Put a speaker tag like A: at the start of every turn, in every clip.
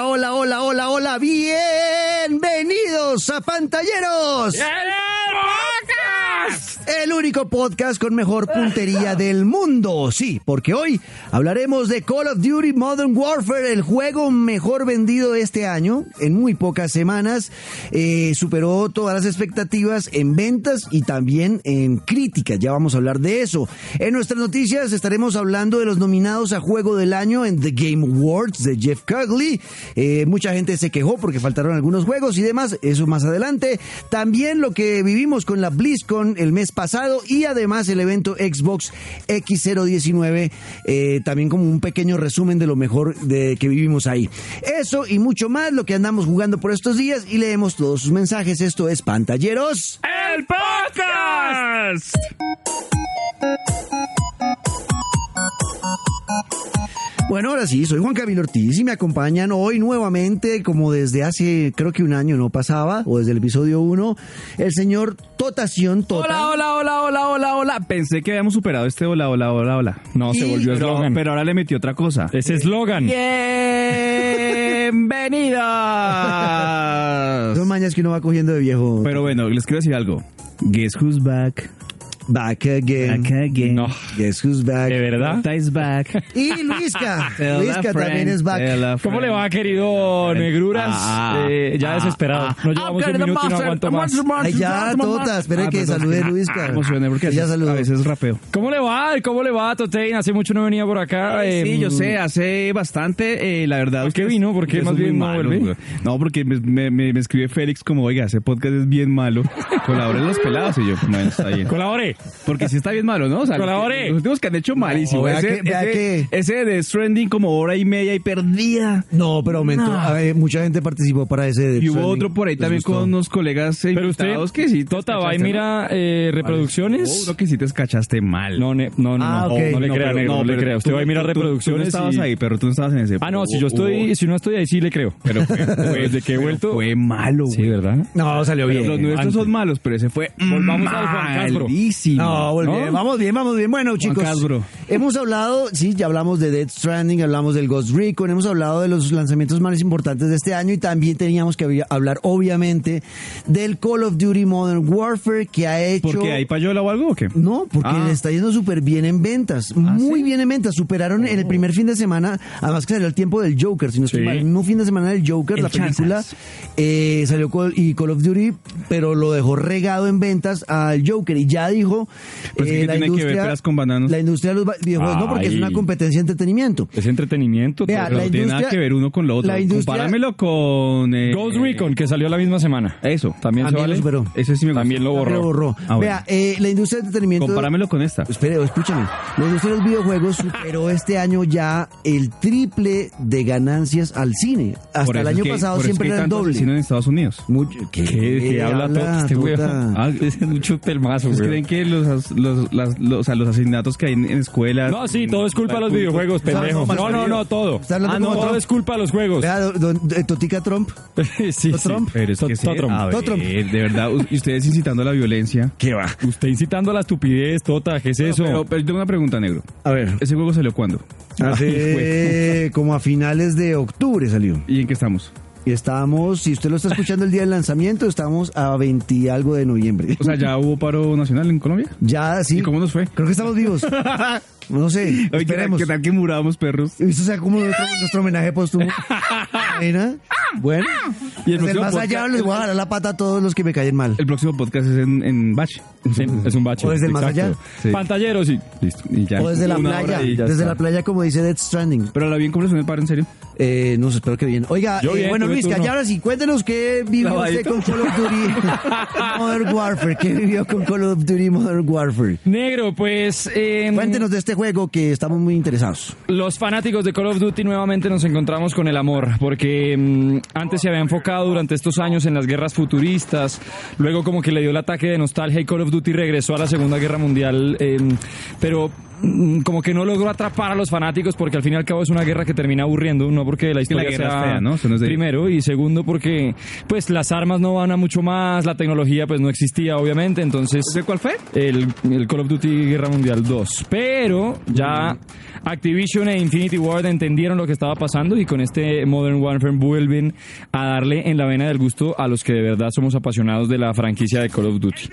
A: Hola, hola, hola, bienvenidos a Pantalleros. El único podcast con mejor puntería del mundo. Sí, porque hoy hablaremos de Call of Duty Modern Warfare, el juego mejor vendido de este año. En muy pocas semanas eh, superó todas las expectativas en ventas y también en críticas. Ya vamos a hablar de eso. En nuestras noticias estaremos hablando de los nominados a Juego del Año en The Game Awards de Jeff Cugley. Eh, mucha gente se quejó porque faltaron algunos juegos y demás. Eso más adelante. También lo que vivimos con la BlizzCon el mes pasado y además el evento Xbox X019, eh, también como un pequeño resumen de lo mejor de, que vivimos ahí. Eso y mucho más lo que andamos jugando por estos días y leemos todos sus mensajes. Esto es Pantalleros.
B: ¡El podcast!
A: Bueno, ahora sí, soy Juan Camilo Ortiz y me acompañan hoy nuevamente, como desde hace creo que un año no pasaba, o desde el episodio 1, el señor Totación Tota.
B: Hola, hola, hola, hola, hola, hola. Pensé que habíamos superado este hola, hola, hola, hola.
C: No, se
A: Y-
C: volvió
B: Pero,
C: eslogan.
B: pero ahora le metí otra cosa.
C: Es eslogan.
A: Son
B: ¡Bienvenidos!
A: mañas que uno va cogiendo de viejo.
B: pero bueno, les quiero decir algo. Guess who's back.
A: Back again.
B: again. No.
A: Guess who's back.
C: ¿De verdad?
B: Tota is back.
A: Y Luisca.
B: Tell a
A: Luisca también
B: friend,
A: es
B: tell
A: back.
B: a
C: ¿Cómo le va,
B: friend.
C: querido Negruras?
B: Ah,
C: Eh, ya
B: ah,
C: desesperado.
B: ah.
C: no llevamos
B: Upgrade
C: un
B: the
C: minuto y no
B: master,
C: aguanto
B: master,
C: más.
B: master,
A: Ay, ya,
B: master, master.
A: Tota, espere
B: Ah,
A: que
B: perdón.
A: salude Luisca.
B: Me emocioné porque a
A: Ya
B: veces,
A: saludó.
B: a veces rapeo.
C: ¿Cómo le va? ¿Cómo le va, Totein? Hace mucho no venía por acá.
B: Ay,
C: eh,
B: sí, yo sé, hace bastante, eh, la verdad.
C: ¿Por qué
B: ustedes-
C: vino? ¿Por qué
B: ustedes
C: más
B: son muy
C: bien no
B: malos,
C: vuelve?
B: güey. No, porque me, me, me- me escribe Félix como, oiga, ese podcast es bien malo. Colaboren los pelados y yo, bueno, está bien.
C: Colabore.
B: Porque sí está bien malo, ¿no? O sea,
C: Colabore.
B: los, los últimos que han hecho malísimo.
A: vea
B: ese,
A: que- vea
B: ese, ese de Stranding como hora y media y perdida.
A: No, pero aumentó. A ver, mucha gente participó para ese. de
B: Y hubo
A: Stranding.
B: otro por ahí
A: Les
B: también
A: gustó.
B: con unos colegas eh,
C: Pero usted,
B: invitados que sí. te
C: Tota, va y
B: escachaste,
C: mira eh,
B: ¿no?
C: reproducciones.
B: Seguro Oh, que sí te escachaste mal.
C: No, ne- no, no,
A: Ah,
C: no,
A: ok.
C: no le crea,
B: pero-
C: negro, no, le
B: pero
C: crea. Usted
B: tú-
C: va y mira
B: tú- tú-
C: reproducciones.
B: Tú no estabas
C: y-
B: ahí, pero tú no estabas en ese.
C: Ah, no, si
B: Hubo-
C: yo estoy,
B: hubo-
C: si no estoy ahí, sí le creo.
B: oh, Pero fue, fue-
C: Desde que he
B: pero
C: vuelto-
B: Fue malo,
C: Sí,
B: güey.
C: ¿verdad?
A: No, salió
B: Pero
A: bien.
B: los nuestros
C: antes.
B: son malos, pero ese fue
C: Volvamos al Juan Castro.
B: malísimo.
A: No, muy bien, vamos bien, vamos bien. Bueno, chicos,
B: Casbro.
A: hemos hablado, sí, ya hablamos de Dead Stranding, hablamos del Ghost Recon, hemos hablado de los lanzamientos más importantes de este año y también teníamos que había- hablar, obviamente, del Call of Duty Modern Warfare que ha hecho...
B: ¿Por qué? ¿Hay payola o algo o qué?
A: No, porque
B: Ah.
A: le está yendo súper bien en ventas. muy bien en ventas. Superaron
B: Oh.
A: en el primer fin de semana, además que salió el tiempo del Joker, si no estoy
C: Sí.
A: mal. El mismo fin de semana del Joker,
B: El
A: la película,
B: Chanzas.
A: eh, salió Call- y Call of Duty, pero lo dejó regado en ventas al Joker. Y ya dijo.
B: Pues, ¿qué
A: eh,
B: tiene que ver peras con bananos?
A: La industria de los ba- videojuegos, no, porque es
C: Ay.
A: una competencia de entretenimiento.
C: Es entretenimiento.
A: Vea,
C: todo.
A: la
B: No tiene nada
A: industria-
B: que ver uno con lo otro.
A: la industria-
B: Comparámelo con... eh,
C: Ghost Recon, que salió la misma semana.
B: Eso.
C: También se
A: También
C: vale.
A: lo superó.
B: Ese sí me gusta.
C: También lo borró.
A: Lo borró.
B: Ah, bueno.
A: Vea, eh, la industria de entretenimiento.
B: Comparámelo con esta.
A: Espere, escúchame. La industria de los videojuegos superó este año ya el triple de ganancias al cine. Hasta
B: Por
A: el
B: eso es
A: año
B: que-
A: pasado
B: por eso es
A: siempre
B: que hay
A: era el
B: tanto asesino
A: doble.
B: en Estados Unidos.
A: Mucho, ¿Qué,
C: Que, que
A: qué
C: habla todo este
A: tota?
C: weón. Ah, es un chute el mazo,
B: ¿Ustedes creen
C: weón.
B: que los, los, las- los- o sea, los asesinatos que hay en, en escuelas...
C: No, sí, todo es culpa de los videojuegos, pendejo.
A: Está
C: No,
A: hablando
C: no, no, todo.
A: Está hablando
C: Ah, no,
A: como
C: todo
A: Trump.
C: es culpa de los
B: pues-
C: juegos.
A: Vea, don- don- eh, Totica Trump.
C: sí, sí.
A: Trump.
B: Pero es
C: To-
B: que sí,
C: Totrum.
B: a ver,
A: Totrum.
B: de verdad, u- y ustedes incitando a la violencia.
C: ¿Qué va? Usted incitando a la estupidez, Tota, ¿qué es eso?
B: Pero, pero yo tengo una pregunta, negro.
A: A ver.
B: ¿Ese juego salió cuándo?
A: Hace como a finales de octubre salió.
B: ¿Y en qué estamos?
A: Y estábamos, si usted lo está escuchando el día del lanzamiento, estamos a 20 y algo de noviembre.
B: O sea, ¿ya hubo paro nacional en Colombia?
A: Ya, sí.
B: ¿Y cómo nos fue?
A: Creo que estamos vivos. No sé.
B: Oye, ¿qué, tal,
A: esperemos.
B: qué tal que murábamos perros?
A: Eso sea como nuestro, nuestro homenaje póstumo. Imagina. Bueno.
B: Y el
A: Desde el
B: próximo
A: más allá
B: podcast-
A: les voy a dar la pata a todos los que me caen mal.
B: El próximo podcast es en, en Bache.
C: Sí, es un bache.
A: ¿O desde el más
C: exacto.
A: allá?
B: Sí.
C: Pantallero, sí.
B: Listo. Y ya.
A: O desde la
B: Una
A: playa.
B: hora y ya
A: Desde
B: está.
A: la playa, como dice Dead Stranding.
B: Pero la bien, ¿cómo le suena el paro en serio?
A: Eh, no sé, espero que bien. Oiga,
C: Yo
A: eh,
C: bien,
A: bueno,
C: tuve
A: Luis, que
C: turno.
A: ya ahora sí, cuéntenos qué vivió usted
B: Lavadito.
A: con Call of Duty Modern Warfare. ¿Qué vivió con Call of Duty Modern Warfare?
C: Negro, pues. eh,
A: Cuéntenos de este juego que estamos muy interesados.
C: Los fanáticos de Call of Duty nuevamente nos encontramos con el amor, porque mm, antes se había enfocado durante estos años en las guerras futuristas, luego como que le dio el ataque de nostalgia y Call of Duty regresó a la Segunda Guerra Mundial, eh, em, pero mm, como que no logró atrapar a los fanáticos porque al fin y al cabo es una guerra que termina aburriendo, no porque la
B: que la
C: historia
B: guerra
C: sea
B: es fea, ¿no? Eso no es de-
C: primero y segundo porque pues las armas no van a mucho más, la tecnología pues no existía obviamente, entonces
B: ¿De cuál fue?
C: el, el Call of Duty Guerra Mundial 2. Pero ya
B: Mm.
C: Activision e Infinity Ward entendieron lo que estaba pasando y con este Modern Warfare vuelven a darle en la vena del gusto a los que de verdad somos apasionados de la franquicia de Call of Duty.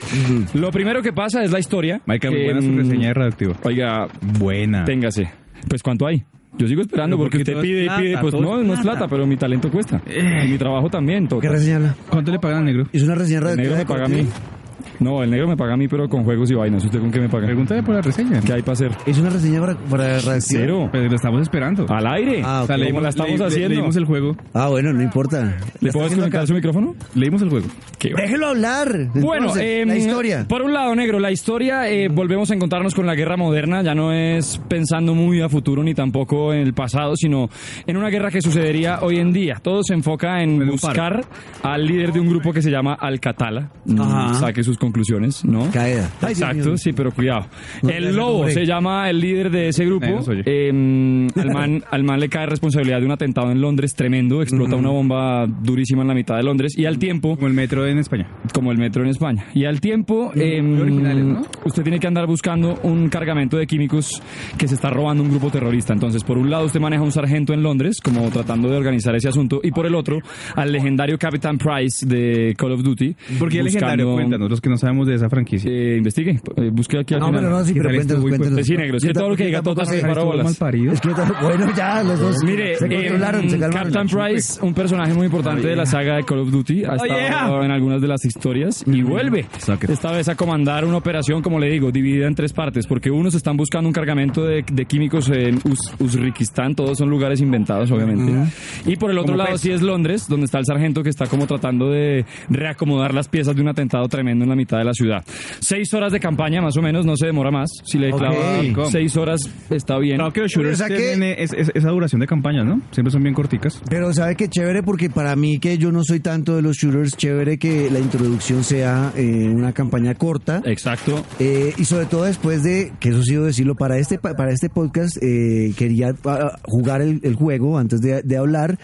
B: Mm.
C: Lo primero que pasa es la historia.
B: Maica, muy
C: que,
B: buena su
C: mm,
B: reseña de radioactivo.
C: Oiga,
B: Buena.
C: téngase. Pues ¿cuánto hay? Yo sigo esperando
B: Pero
C: porque
B: Ah. porque
C: usted
B: todo es
C: pide y
B: plata,
C: pide. Pues
B: todo es
C: no, no es
B: plata.
C: plata, pero mi talento cuesta. Y mi trabajo también,
A: ¿Qué
C: Tota.
A: reseñala?
B: ¿Cuánto le pagan al negro?
A: Es una reseña
C: El negro
A: radioactiva
C: me
A: de
C: paga a mí.
A: Colombia.
C: No, el negro me paga a mí, pero con juegos y vainas. ¿Usted con qué me paga?
B: Pregúntale por la reseña.
C: ¿Qué hay para hacer?
A: Es una reseña para, para radioactiva.
C: Cero.
B: Pues lo estamos esperando.
C: Al aire.
A: Ah, ok.
B: O sea, leímos,
C: Como la estamos
B: leí- le-
C: haciendo.
B: leímos el juego.
A: Ah, bueno, no importa.
C: ¿Le puedo desconectar su micrófono?
B: Leímos el juego.
C: Qué va-
A: Déjelo hablar.
C: Bueno,
A: Entonces,
C: eh,
A: la historia.
C: Por un lado, negro, la historia, eh, volvemos a encontrarnos con la guerra moderna, ya no es pensando muy a futuro ni tampoco en el pasado, sino en una guerra que sucedería hoy en día. Todo se enfoca en
B: En un
C: buscar al líder de un grupo que se llama Alcatala. Mm,
A: Ajá.
C: Saque sus conclusiones, ¿no?
A: Caída. Ay, Dios mío.
C: Exacto, sí, pero cuidado.
A: No,
C: el
A: gracias,
C: lobo
A: hombre.
C: se llama el líder de ese grupo.
B: Ahí nos oye.
C: Eh, al, man, al man le cae responsabilidad de un atentado en Londres tremendo. Explota una bomba durísima en la mitad de Londres y al tiempo,
B: Como el metro en España.
C: como el metro en España. Y al tiempo, eh,
B: muy originales, ¿no?
C: usted tiene que andar buscando un cargamento de químicos que se está robando un grupo terrorista. Entonces, por un lado, usted maneja a un sargento en Londres, como tratando de organizar ese asunto, y por el otro, al legendario Capitán Price de Call of Duty.
B: ¿Por qué el legendario?
C: buscando-
B: Cuéntanos, los que no sabemos de esa franquicia.
C: eh, investigue, eh, busque aquí al
A: No,
C: final.
A: pero no, sí,
B: ¿Qué
A: pero
B: tal
A: cuéntanos,
B: estuvo y
A: cuéntanos.
C: cuéntanos? Sí, negro, es que
A: Yo
C: todo lo que
A: tampoco-
C: diga
A: yo tampoco
C: Tota
A: sé.
C: se para bolas.
B: mal parido.
A: Es que yo tampoco- bueno, ya, los dos.
C: Mire,
A: se
C: eh,
A: controlaron, se calmaron. pues.
C: Captain Price, un personaje muy importante de la saga de Call of Duty, ha
B: Oh,
C: estado
B: yeah.
C: en algunas de las historias y vuelve.
B: Suck it.
C: Esta vez a comandar una operación, como le digo, dividida en tres partes, porque unos están buscando un cargamento de, de químicos en Uz- Uzbekistán, todos son lugares inventados, obviamente. Y por el otro
B: Como
C: lado
B: pez.
C: sí es Londres, donde está el sargento que está como tratando de reacomodar las piezas de un atentado tremendo en la mitad de la ciudad. Seis horas de campaña, más o menos, no se demora más. Si le
A: Ok.
C: clava seis horas, está bien.
B: Claro que los shooters
A: O sea que-
B: tienen eh, es- es- esa duración de campaña, ¿no? Siempre son bien corticas.
A: Pero sabe que chévere porque para mí que yo no soy tanto de los shooters, chévere que la introducción sea eh, una campaña corta.
C: Exacto.
A: Eh, y sobre todo después de, que eso sí debo decirlo, para este, pa- para este podcast eh, quería ah, jugar el, el juego antes de, de hablar,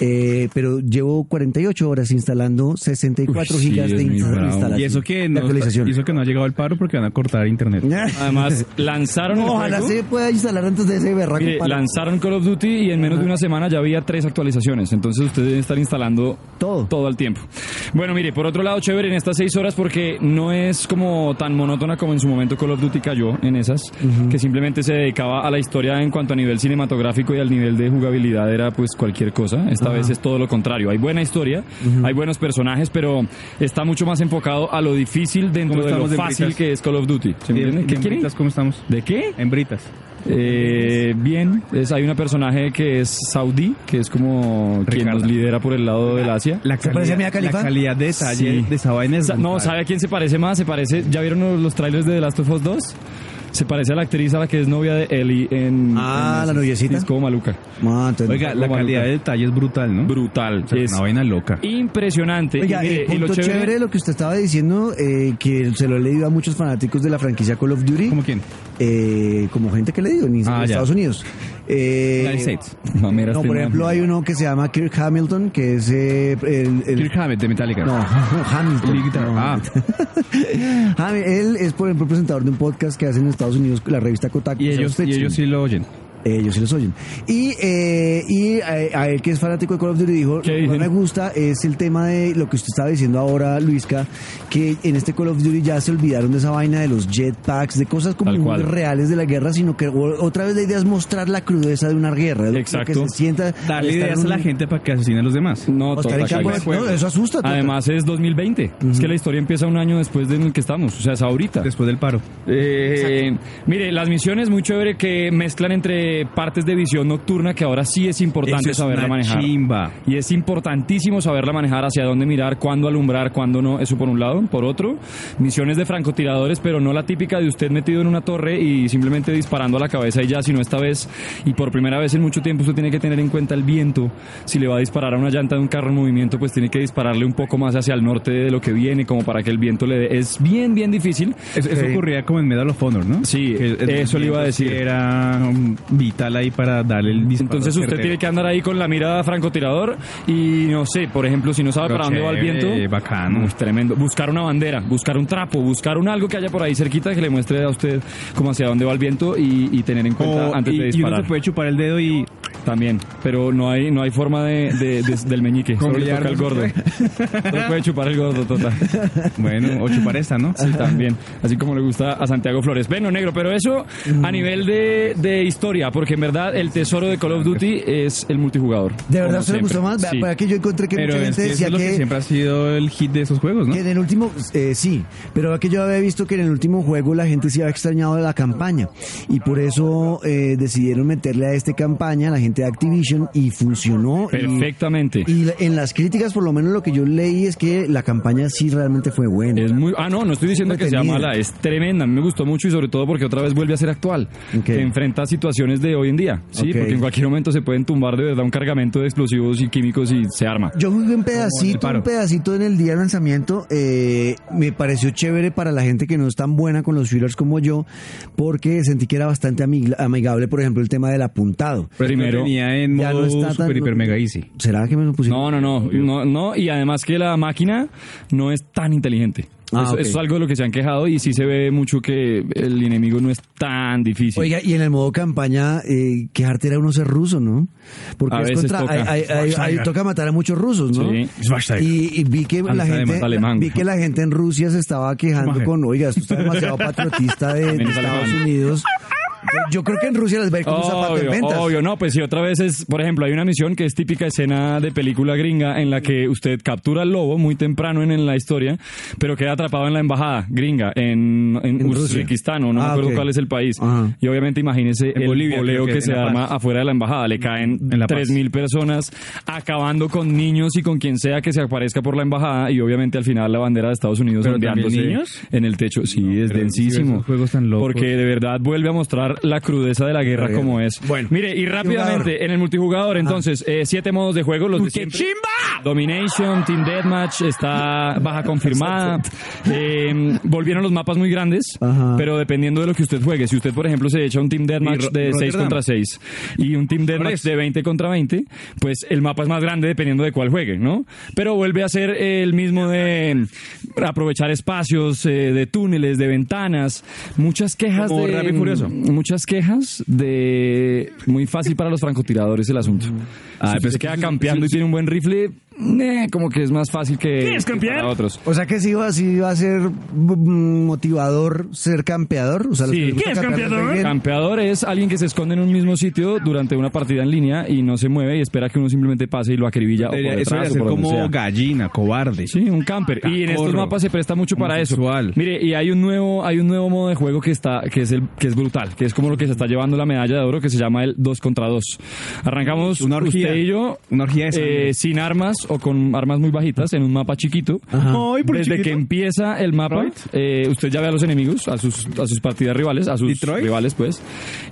A: eh, pero llevo 48 horas instalando 64
C: Uy, sí,
A: gigas
C: es
A: de
C: muy
A: insta-
C: bravo.
A: instalación.
B: Y eso que
A: de
B: no,
A: actualización.
B: y eso que no ha llegado al paro porque van a cortar internet.
C: Además, lanzaron el
A: Ojalá
C: juego.
A: se pueda instalar antes de ese berraco.
C: Mire,
A: para-
C: lanzaron Call of Duty y en menos de una semana ya había tres actualizaciones. Entonces ustedes deben estar instalando
A: Todo.
C: todo al tiempo. Bueno, mire, por otro lado, chévere en estas seis horas porque no es como tan monótona como en su momento Call of Duty cayó en esas, que simplemente se dedicaba a la historia en cuanto a nivel cinematográfico y al nivel de jugabilidad era pues cualquier cosa. Esta vez es todo lo contrario. Hay buena historia, hay buenos personajes, pero está mucho más enfocado a lo difícil dentro
B: ¿Cómo
C: de lo
B: estamos de
C: fácil
B: britas?
C: que es Call of Duty. ¿Se me
B: Bien,
C: entiende?
B: bien,
C: ¿Qué quieren?
B: britas, ¿Cómo estamos?
C: ¿De qué?
B: En britas.
C: Eh, bien, es, hay una personaje que es saudí, que es como quien
B: Ricardo.
C: nos lidera por el lado del Asia.
B: La
A: ¿Se parece a Mia Khalifa?
B: la calidad de detalle
C: Sí.
B: de esa vaina es
C: Sa- No,
B: brutal.
C: ¿sabe a quién se parece más? Se parece, ¿ya vieron los- los trailers de The Last of Us 2? Se parece a la actriz a la que es novia de Ellie en...
A: Ah,
C: en-
A: la noviecita.
C: Es como maluca.
A: Ah, entonces-
B: Oiga, la
C: Como
B: calidad
C: maluca.
B: de detalle es brutal, ¿no?
C: Brutal.
B: O sea,
C: es
B: una vaina loca.
C: impresionante.
A: Oiga,
C: y, mire,
A: el
C: y
A: punto
C: lo
A: chévere,
C: chévere-
A: de lo que usted estaba diciendo, eh, que se lo he leído a muchos fanáticos de la franquicia Call of Duty.
B: ¿Cómo quién?
A: Eh, como gente que le digo, en
B: Ah, ya.
A: Estados Unidos. Eh,
B: United States.
C: Mameras
A: No, por
C: tenaz.
A: ejemplo, hay uno que se llama Kirk Hamilton, que es eh, el... el-
B: Kirk Hammett de Metallica.
A: no, no, Hamilton.
B: Lee Guitar.
A: No,
B: Ah,
A: Ham- él es, por ejemplo, presentador de un podcast que hace en Estados Unidos, la revista Kotaku.
B: y
A: ¿sabe
B: ellos,
A: usted?
B: y ellos sí lo oyen.
A: Ellos sí los oyen. Y, eh, y a, a él que es fanático de Call of Duty dijo, lo
C: ¿Qué
A: que más
C: dicen?
A: me gusta es el tema de lo que usted estaba diciendo ahora, Luisca, que en este Call of Duty ya se olvidaron de esa vaina de los jetpacks, de cosas como
C: Tal
A: muy
C: cual.
A: reales de la guerra, sino que o- otra vez la idea es mostrar la crudeza de una guerra, lo- lo
C: Exacto.
A: que se sienta... al
B: Darle
A: estar
B: ideas
A: en
B: a la
A: un-
B: gente para que asesine a los demás.
C: No,
A: Oscar,
C: tota,
A: ¿en qué año
C: que-
A: es? No, eso asusta. tota.
C: Además es 2020. Es que la historia empieza un año después de en el que estamos. O sea, es ahorita.
B: Después del paro.
C: Eh, mire, las misiones muy chévere que mezclan entre eh, partes de visión nocturna que ahora sí es
B: Eso
C: importante
B: es
C: saberla
B: una
C: manejar.
B: chimba.
C: Y es importantísimo saberla manejar, hacia dónde mirar, cuándo alumbrar, cuándo no. Eso por un lado. Por otro, misiones de francotiradores, pero no la típica de usted metido en una torre y simplemente disparando a la cabeza y ya, sino esta vez y por primera vez en mucho tiempo usted tiene que tener en cuenta el viento. Si le va a disparar a una llanta de un carro en movimiento, pues tiene que dispararle un poco más hacia el norte de lo que viene, como para que el viento le dé. Es bien, bien difícil.
B: Eso, eso
A: Ok.
B: ocurría como en Medal of Honor, ¿no?
C: Sí, eso le iba a decir.
B: Era um, vital ahí para darle el disparo.
C: Entonces usted
B: certero.
C: tiene que andar ahí con la mirada francotirador y no sé, por ejemplo, si no sabe
B: Pero
C: para dónde va el
B: chévere,
C: viento,
B: bacano.
C: Uy, tremendo. Buscar una bandera, buscar un trapo, buscar un algo que haya por ahí cerquita que le muestre a usted como hacia dónde va el viento y, y tener en cuenta
B: O-
C: antes
B: Oh, y,
C: de
B: y uno
C: disparar.
B: se puede chupar el dedo y
C: También, pero no hay no hay forma de, de- de- del meñique, solo le toca el gordo. No puede chupar el gordo total.
B: bueno, o chupar esta, ¿no?
C: Sí, también. Así como le gusta a Santiago Flores. Bueno, negro, pero eso a nivel de, de historia, porque en verdad el tesoro de Call of Duty es el multijugador.
A: ¿De verdad
C: como
A: a usted le gustó
C: siempre.
A: más? Vea,
C: Sí.
A: Por aquí yo encontré que
B: Pero
A: mucha
B: es
A: gente
B: que eso
A: decía
B: es lo que,
A: que,
B: siempre ha sido el hit de esos juegos, ¿no?
A: que en el último, eh, sí, pero que yo había visto que en el último juego la gente se había extrañado de la campaña y por eso eh, decidieron meterle a este campaña, la gente de Activision, y funcionó. y-
C: Perfectamente.
A: Y la- en las críticas, por lo menos lo que yo leí es que la campaña sí realmente fue buena.
C: Es muy, ah, no, no estoy diciendo que sea
A: Entretenida.
C: mala, es tremenda. A mí me gustó mucho y sobre todo porque otra vez vuelve a ser actual.
A: Ok.
C: Que enfrenta situaciones de hoy en día. Sí,
A: Ok.
C: porque en cualquier momento se pueden tumbar de verdad un cargamento de explosivos y químicos y se arma.
A: Yo jugué un pedacito,
B: paro.
A: un pedacito en el día de lanzamiento. eh, me pareció chévere para la gente que no es tan buena con los shooters como yo, porque sentí que era bastante amigla- amigable, por ejemplo, el tema del apuntado.
B: Pero
C: Primero,
B: primero venía en
A: ya no
B: modo
A: está tan-
B: super hiper mega easy.
A: ¿Será que me lo pusieron?
C: No, no, no, no, no, y además que la máquina no es tan inteligente.
A: Ah,
C: eso,
A: ok.
C: eso es algo de lo que se han quejado y sí se ve mucho que el enemigo no es tan difícil.
A: Oiga, y en el modo campaña, eh, qué arte era uno ser ruso, ¿no? Porque
C: A
A: es
C: veces
A: contra,
C: toca.
A: hay- hay- hay- hay- toca matar a muchos rusos, ¿no?
C: Sí.
A: Y, y vi que la
C: Alemán,
A: gente,
C: alemán.
A: vi que la gente en Rusia se estaba quejando con, oiga, esto está demasiado patriotista de, de
C: Menos
A: Estados
C: alemán.
A: Unidos. Yo, yo creo que en Rusia les va a ir como un zapato en
C: Obvio,
A: ventas.
C: obvio, no, pues si otra vez es, por ejemplo, hay una misión que es típica escena de película gringa en la que usted captura al lobo muy temprano en, en la historia, pero queda atrapado en la embajada gringa en,
A: En
C: en,
A: Rusia.
C: Uzbekistán o no
A: Ah,
C: me acuerdo
A: ok.
C: cuál es el país.
A: Ajá.
C: Y obviamente imagínese
B: En
C: el
B: Bolivia,
C: boleo
B: creo que
C: que,
B: es,
C: se
B: en La
C: arma
B: Paz.
C: afuera de la embajada, le caen
B: En La Paz.
C: 3000 personas acabando con niños y con quien sea que se aparezca por la embajada y obviamente al final la bandera de Estados Unidos
B: ¿Pero también
C: ondeándose
B: niños?
C: en el techo. Sí, es
B: pero sí,
C: densísimo.
B: esos juegos tan locos.
C: Porque de verdad vuelve a mostrar la crudeza de la guerra
A: Está bien.
C: como es.
A: Bueno.
C: mire, y
A: Multijugador.
C: rápidamente en el multijugador, entonces, eh, siete modos de juego, los de siempre. Domination, Team Deathmatch, está baja confirmada. Eh, volvieron los mapas muy grandes,
A: Ajá.
C: pero dependiendo de lo que usted juegue, si usted, por ejemplo, se echa un Team Deathmatch
B: Ro-
C: de 6
B: Rotterdam.
C: contra 6 y un Team Deathmatch
B: Flores.
C: de 20 contra 20, pues el mapa es más grande dependiendo de cuál juegue, ¿no? Pero vuelve a ser el mismo de em, aprovechar espacios, eh, de túneles, de ventanas, muchas quejas
B: Como
C: de mm,
B: Rápido y Furioso.
C: muchas quejas de muy fácil para los francotiradores el asunto. si
B: pero
C: usted
B: es que
C: queda
B: eso-
C: campeando y tiene un buen rifle, eh, como que es más fácil que, que para otros.
A: O sea que sí va, sí va a ser mm, motivador ser campeador. O sea, los
C: Sí.
A: que les gusta
C: ¿Qué es
A: campear les va a ir bien.
C: Campeador es alguien que se esconde en un mismo sitio durante una partida en línea y no se mueve y espera que uno simplemente pase y lo acribilla o por
B: Debería- Eso
C: detrás
B: debería
C: o
B: ser
C: por donde
B: como
C: sea.
B: gallina, cobarde.
C: Sí, un camper. y en estos
B: Cacorro.
C: mapas se presta mucho para eso.
B: Homosexual.
C: Mire, y hay un nuevo, hay un nuevo modo de juego que está, que es el, que es brutal, que es como lo que se está llevando la medalla de oro, que se llama el 2 contra 2. Arrancamos
B: Una orgía.
C: usted y yo,
B: Una orgía de sangre.
C: eh, sin armas o con armas muy bajitas en un mapa chiquito.
B: Ay, ¿por
C: Desde
B: chiquito?
C: que empieza el mapa,
B: Right.
C: eh, usted ya ve a los enemigos, a sus, a sus partidas rivales, a sus
B: Detroit.
C: rivales, pues.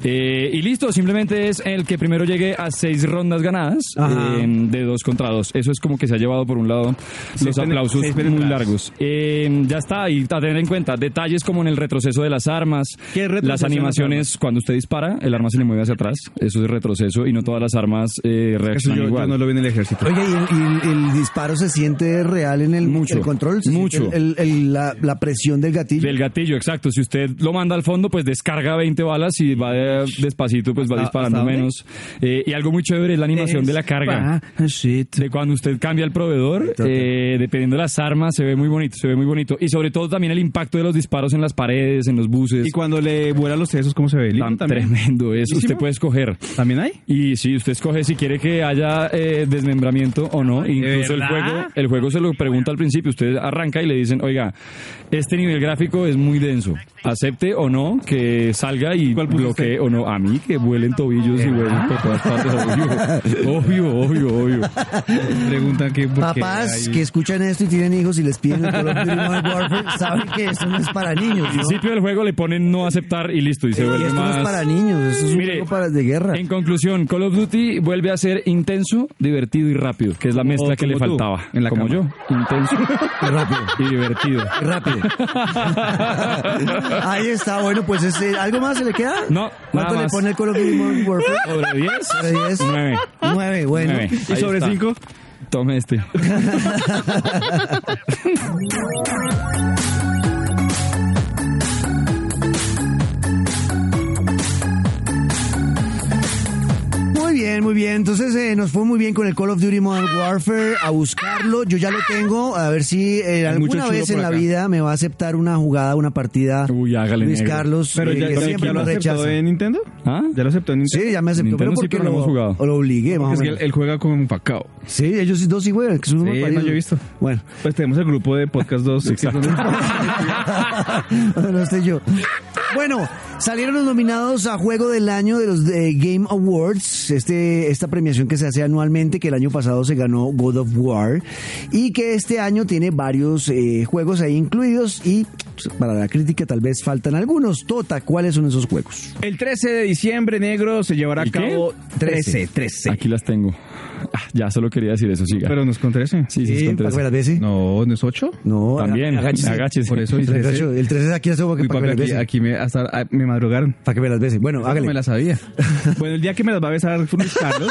C: Eh, y listo, simplemente es el que primero llegue a seis rondas ganadas
A: Ajá.
C: eh, de dos contra dos. Eso es como que se ha llevado por un lado los
B: Seis pene-
C: aplausos
B: seis
C: muy
B: penetradas.
C: largos. Eh, ya está, y a tener en cuenta detalles como en el retroceso de las armas,
B: ¿Qué retroceso
C: las
B: de las
C: animaciones, cuando usted dispara, el arma se le mueve hacia atrás, eso es retroceso, y no todas las armas eh,
B: Eso
C: reaccionan
B: yo, yo
C: igual.
B: no lo vi en el ejército.
A: Oye, ¿y el, y el- el disparo se siente real en el,
C: Mucho,
A: el control? ¿Se
C: mucho.
A: siente el- el- el- la, la presión del gatillo.
C: Del gatillo, exacto. Si usted lo manda al fondo, pues descarga 20 balas y va de- despacito, pues va
B: ¿Hasta-
C: disparando
B: hasta dónde?
C: menos. Eh, y algo muy chévere es la animación de la carga.
A: Ah,
C: De cuando usted cambia el proveedor, eh, dependiendo de las armas, se ve muy bonito, se ve muy bonito. Y sobre todo también el impacto de los disparos en las paredes, en los buses.
B: Y cuando le vuelan los sesos, ¿cómo se ve? ¿Limpio
C: Tan
B: también?
C: tremendo eso. Usted
B: ¿Buenísimo?
C: puede escoger.
B: ¿También hay?
C: Y si usted escoge si quiere que haya eh, desmembramiento o no, incluso incluso el juego, el juego se lo pregunta al principio. Usted arranca y le dicen, oiga, este nivel gráfico es muy denso. Acepte o no que salga y bloquee o no. A mí que vuelen tobillos y vuelen por todas partes.
A: Ah.
C: Obvio, obvio, obvio. obvio.
B: Preguntan que por qué
A: Papás
B: hay-
A: que escuchan esto y tienen hijos y les piden el Call of Duty Modern Warfare saben que esto no es para niños,
C: Al
A: ¿no?
C: principio del juego le ponen no aceptar y listo. Y se
A: Y
C: vuelve
A: esto no
C: más.
A: es para niños, esto es un
C: Mire,
A: juego para de guerra.
C: En conclusión, Call of Duty vuelve a ser intenso, divertido y rápido, que es la mezcla
B: O
C: que le
B: como tú,
C: faltaba.
B: en la
C: como
B: cama.
C: yo, intenso
A: Rápido.
C: y divertido.
A: Rápido. Ahí está, bueno, pues este, ¿algo más se le queda?
C: No,
A: ¿Cuánto
C: nada
A: le
C: más.
A: pone el Call of Duty Modern Warfare?
C: ¿Sobre 10?
A: ¿Sobre 10?
C: 9.
A: Nueve, bueno.
C: Nueve.
B: ¿Y
C: Ahí
B: sobre
C: está.
B: cinco?
C: Tome este.
A: Muy bien, muy bien. Entonces eh, nos fue muy bien con el Call of Duty Modern Warfare. A buscarlo, yo ya lo tengo. A ver si eh,
B: mucho
A: alguna
B: chulo
A: vez en
B: por
A: la
B: acá.
A: vida me va a aceptar una jugada, una partida.
C: Uy, hágale,
A: Luis
C: negro.
A: Carlos,
B: Pero
A: eh,
B: ya,
A: que
B: pero
A: siempre
B: ¿ya lo
A: lo
B: aceptó
A: rechaza.
B: en Nintendo?
C: ¿Ah?
B: ¿Ya lo aceptó en Nintendo?
A: Sí, ya me aceptó, pero
C: Nintendo sí,
A: porque
C: pero no
A: lo,
C: hemos jugado.
A: o lo obligué, más
B: Es
A: o
B: que
A: menos.
B: él, él juega con Facao.
A: Sí, ellos sí- dos sí juegan, que son unos
B: Sí, no,
A: paridos.
B: yo he visto.
A: Bueno,
B: Pues tenemos el grupo de Podcast 2.
A: no estoy yo. Bueno, salieron los nominados a Juego del Año de los eh, Game Awards, este, esta premiación que se hace anualmente, que el año pasado se ganó God of War, y que este año tiene varios eh, juegos ahí incluidos, y pues, para la crítica tal vez faltan algunos. Tota, ¿cuáles son esos juegos?
B: El 13 de diciembre, negro, se llevará a
C: ¿El qué?
B: cabo 13, 13.
C: Aquí las tengo. Ah, ya solo quería decir eso, siga.
B: Pero nos con 13.
C: sí, sí, es con
A: ¿Para
C: tres.
A: que me las bese?
B: No, ¿no es 8?
A: No,
C: También,
A: agáchese.
C: agáchese.
B: Por eso
A: El
B: dice
A: 3
B: 13.
A: el 3 es aquí, eso, para que me
B: Uy, papi,
A: las
B: aquí,
A: bese.
B: aquí me, hasta, ah, me madrugaron.
A: Para que me las bese. Bueno,
B: No me
A: hágale.
B: la sabía. Bueno, el día que me las va a besar Luis Carlos.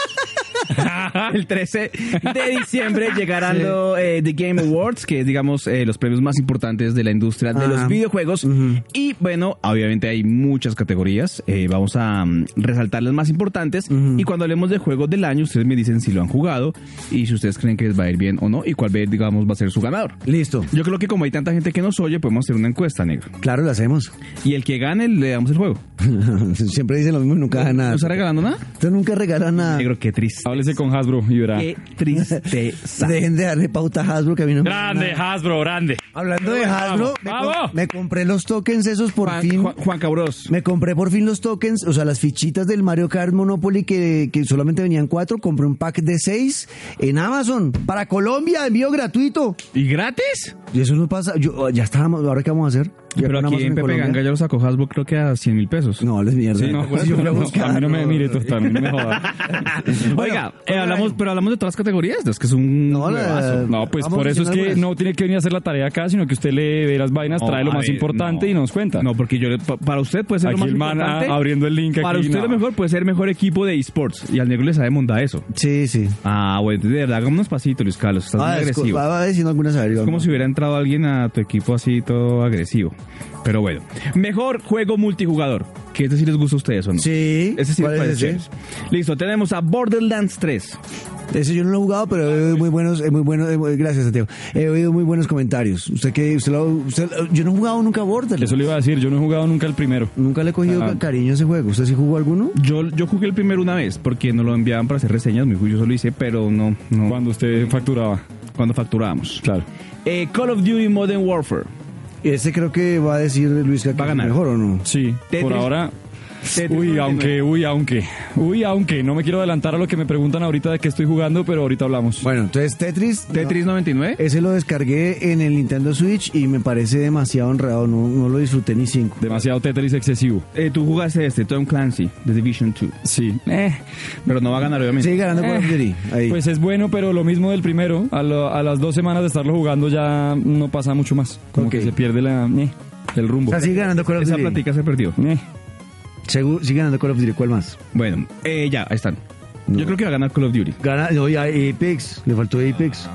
B: el 13 de diciembre llegarán los eh, The Game Awards, que es, digamos, eh, los premios más importantes de la industria de
A: Ajá.
B: los videojuegos.
A: Ujú.
B: Y bueno, obviamente hay muchas categorías. Eh, vamos a mm, resaltar las más importantes.
A: Ujú.
B: Y cuando hablemos de juegos del año, ustedes me dicen si lo han jugado y si ustedes creen que les va a ir bien o no y cuál, va a ir, digamos, va a ser su ganador.
A: Listo.
B: Yo creo que como hay tanta gente que nos oye, podemos hacer una encuesta, negro.
A: Claro, lo hacemos.
B: Y el que gane, le damos el juego.
A: Siempre dicen lo mismo y nunca dan nada.
B: ¿No está regalando nada?
A: Usted nunca regala nada.
B: Negro, qué triste.
C: Háblese con Hasbro y verá.
B: Ah. Qué tristeza.
A: Dejen de darle pauta a Hasbro que a mí no me
C: Grande,
A: da nada.
C: Hasbro, grande.
A: Hablando de Hasbro, me,
C: ¡Bravo!
A: com- me compré los tokens esos por
B: Juan,
A: fin.
B: Juan, Juan Cabros.
A: Me compré por fin los tokens, o sea, las fichitas del Mario Kart Monopoly que, que solamente venían cuatro. Compré un pack de seis en Amazon para Colombia, envío gratuito.
B: ¿Y gratis?
A: Y eso no pasa. Yo, ah, ya estábamos, ahora qué vamos a hacer. Ya
B: Pero
A: con
B: aquí
A: Amazon
B: en Pepe
A: Colombia.
B: Ganga ya lo sacó Hasbro creo que a 100 mil pesos.
A: No, les mierda.
C: Sí, no, por
A: Si
C: eso
A: yo fui
C: no, no,
A: buscar,
C: a mí no me
A: no.
C: mire, Tosta, a mí no me joda.
B: Oiga, eh,
A: Bueno,
B: hablamos,
A: bueno.
B: pero hablamos de todas las categorías, es que es un
A: No, la-
B: huevazo.
C: No, pues
A: Vamos
C: por eso es
A: diciendo
C: que
A: algunas.
C: no tiene que venir a hacer la tarea acá, sino que usted le ve las vainas, trae lo
B: a
C: más
B: ver,
C: importante
B: no.
C: y nos cuenta.
B: No, porque yo le- pa- para usted puede ser lo
C: Aquí
B: más
C: el man,
B: importante.
C: ah, abriendo el link
B: Para
C: aquí,
B: usted
C: no.
B: lo mejor puede ser el mejor equipo de esports y al negro le sabe monda eso.
A: Sí, sí.
B: Ah, bueno, de verdad, hagamos pasito, Luis Carlos, estás
A: Ah,
B: muy
A: es co-
B: agresivo.
A: va, va diciendo algunas a ver,
B: Es
A: vamos.
B: como si hubiera entrado alguien a tu equipo así todo agresivo. Pero bueno, mejor juego multijugador, que este sí les gusta a ustedes o no.
A: Sí.
B: Ese sí me
A: ¿Cuál es
B: parece
A: ese?
B: chévere. Listo, tenemos a Borderlands 3.
A: Ese yo no lo he jugado, pero he oído muy buenos, eh, muy buenos, eh, muy- gracias Santiago. He oído muy buenos comentarios. Usted que, usted lo- usted- yo no he jugado nunca Borderlands.
C: Eso le iba a decir, yo no he jugado nunca el primero.
A: Nunca le he cogido
C: Ah.
A: cariño a ese juego. ¿Usted sí jugó alguno?
B: Yo, yo jugué el primero una vez porque nos lo enviaban para hacer reseñas, mi hijo y yo solo hice, pero no, no cuando,
C: Cuando usted facturaba,
B: facturábamos.
C: claro.
B: Eh, Call of Duty Modern Warfare,
A: Ese creo que va a decir Luis que
B: Va a
A: es
B: ganar.
A: mejor o no.
C: Sí, por
B: Tetris.
C: ahora.
B: Tetris
C: Uy,
B: 99.
C: aunque, uy, aunque, uy, aunque, no me quiero adelantar a lo que me preguntan ahorita de qué estoy jugando, pero ahorita hablamos.
A: Bueno, entonces Tetris.
B: Tetris 99.
A: Ese lo descargué en el Nintendo Switch y me parece demasiado honrado. No, no lo disfruté ni cinco.
C: Demasiado Tetris excesivo.
B: Eh, tú jugaste este, Tom Clancy, The Division 2.
C: Sí. Eh,
B: Pero no va a ganar, obviamente.
A: Sigue ganando
B: Eh,
A: Call of Duty. Ahí.
C: Pues es bueno, pero lo mismo del primero, a, lo- a las dos semanas de estarlo jugando ya no pasa mucho más. Como
A: Ok.
C: que se pierde la, eh, el
A: o
C: rumbo.
A: sea, sigue ganando Call of
B: Esa
A: Duty.
B: plática se perdió.
C: Eh.
A: Segu- sigue ganando Call of Duty. ¿Cuál más?
B: Bueno, eh, ya, ahí están.
A: No.
B: Yo creo que va a ganar Call of Duty.
A: Gana, no, y a Apex. Le faltó Apex.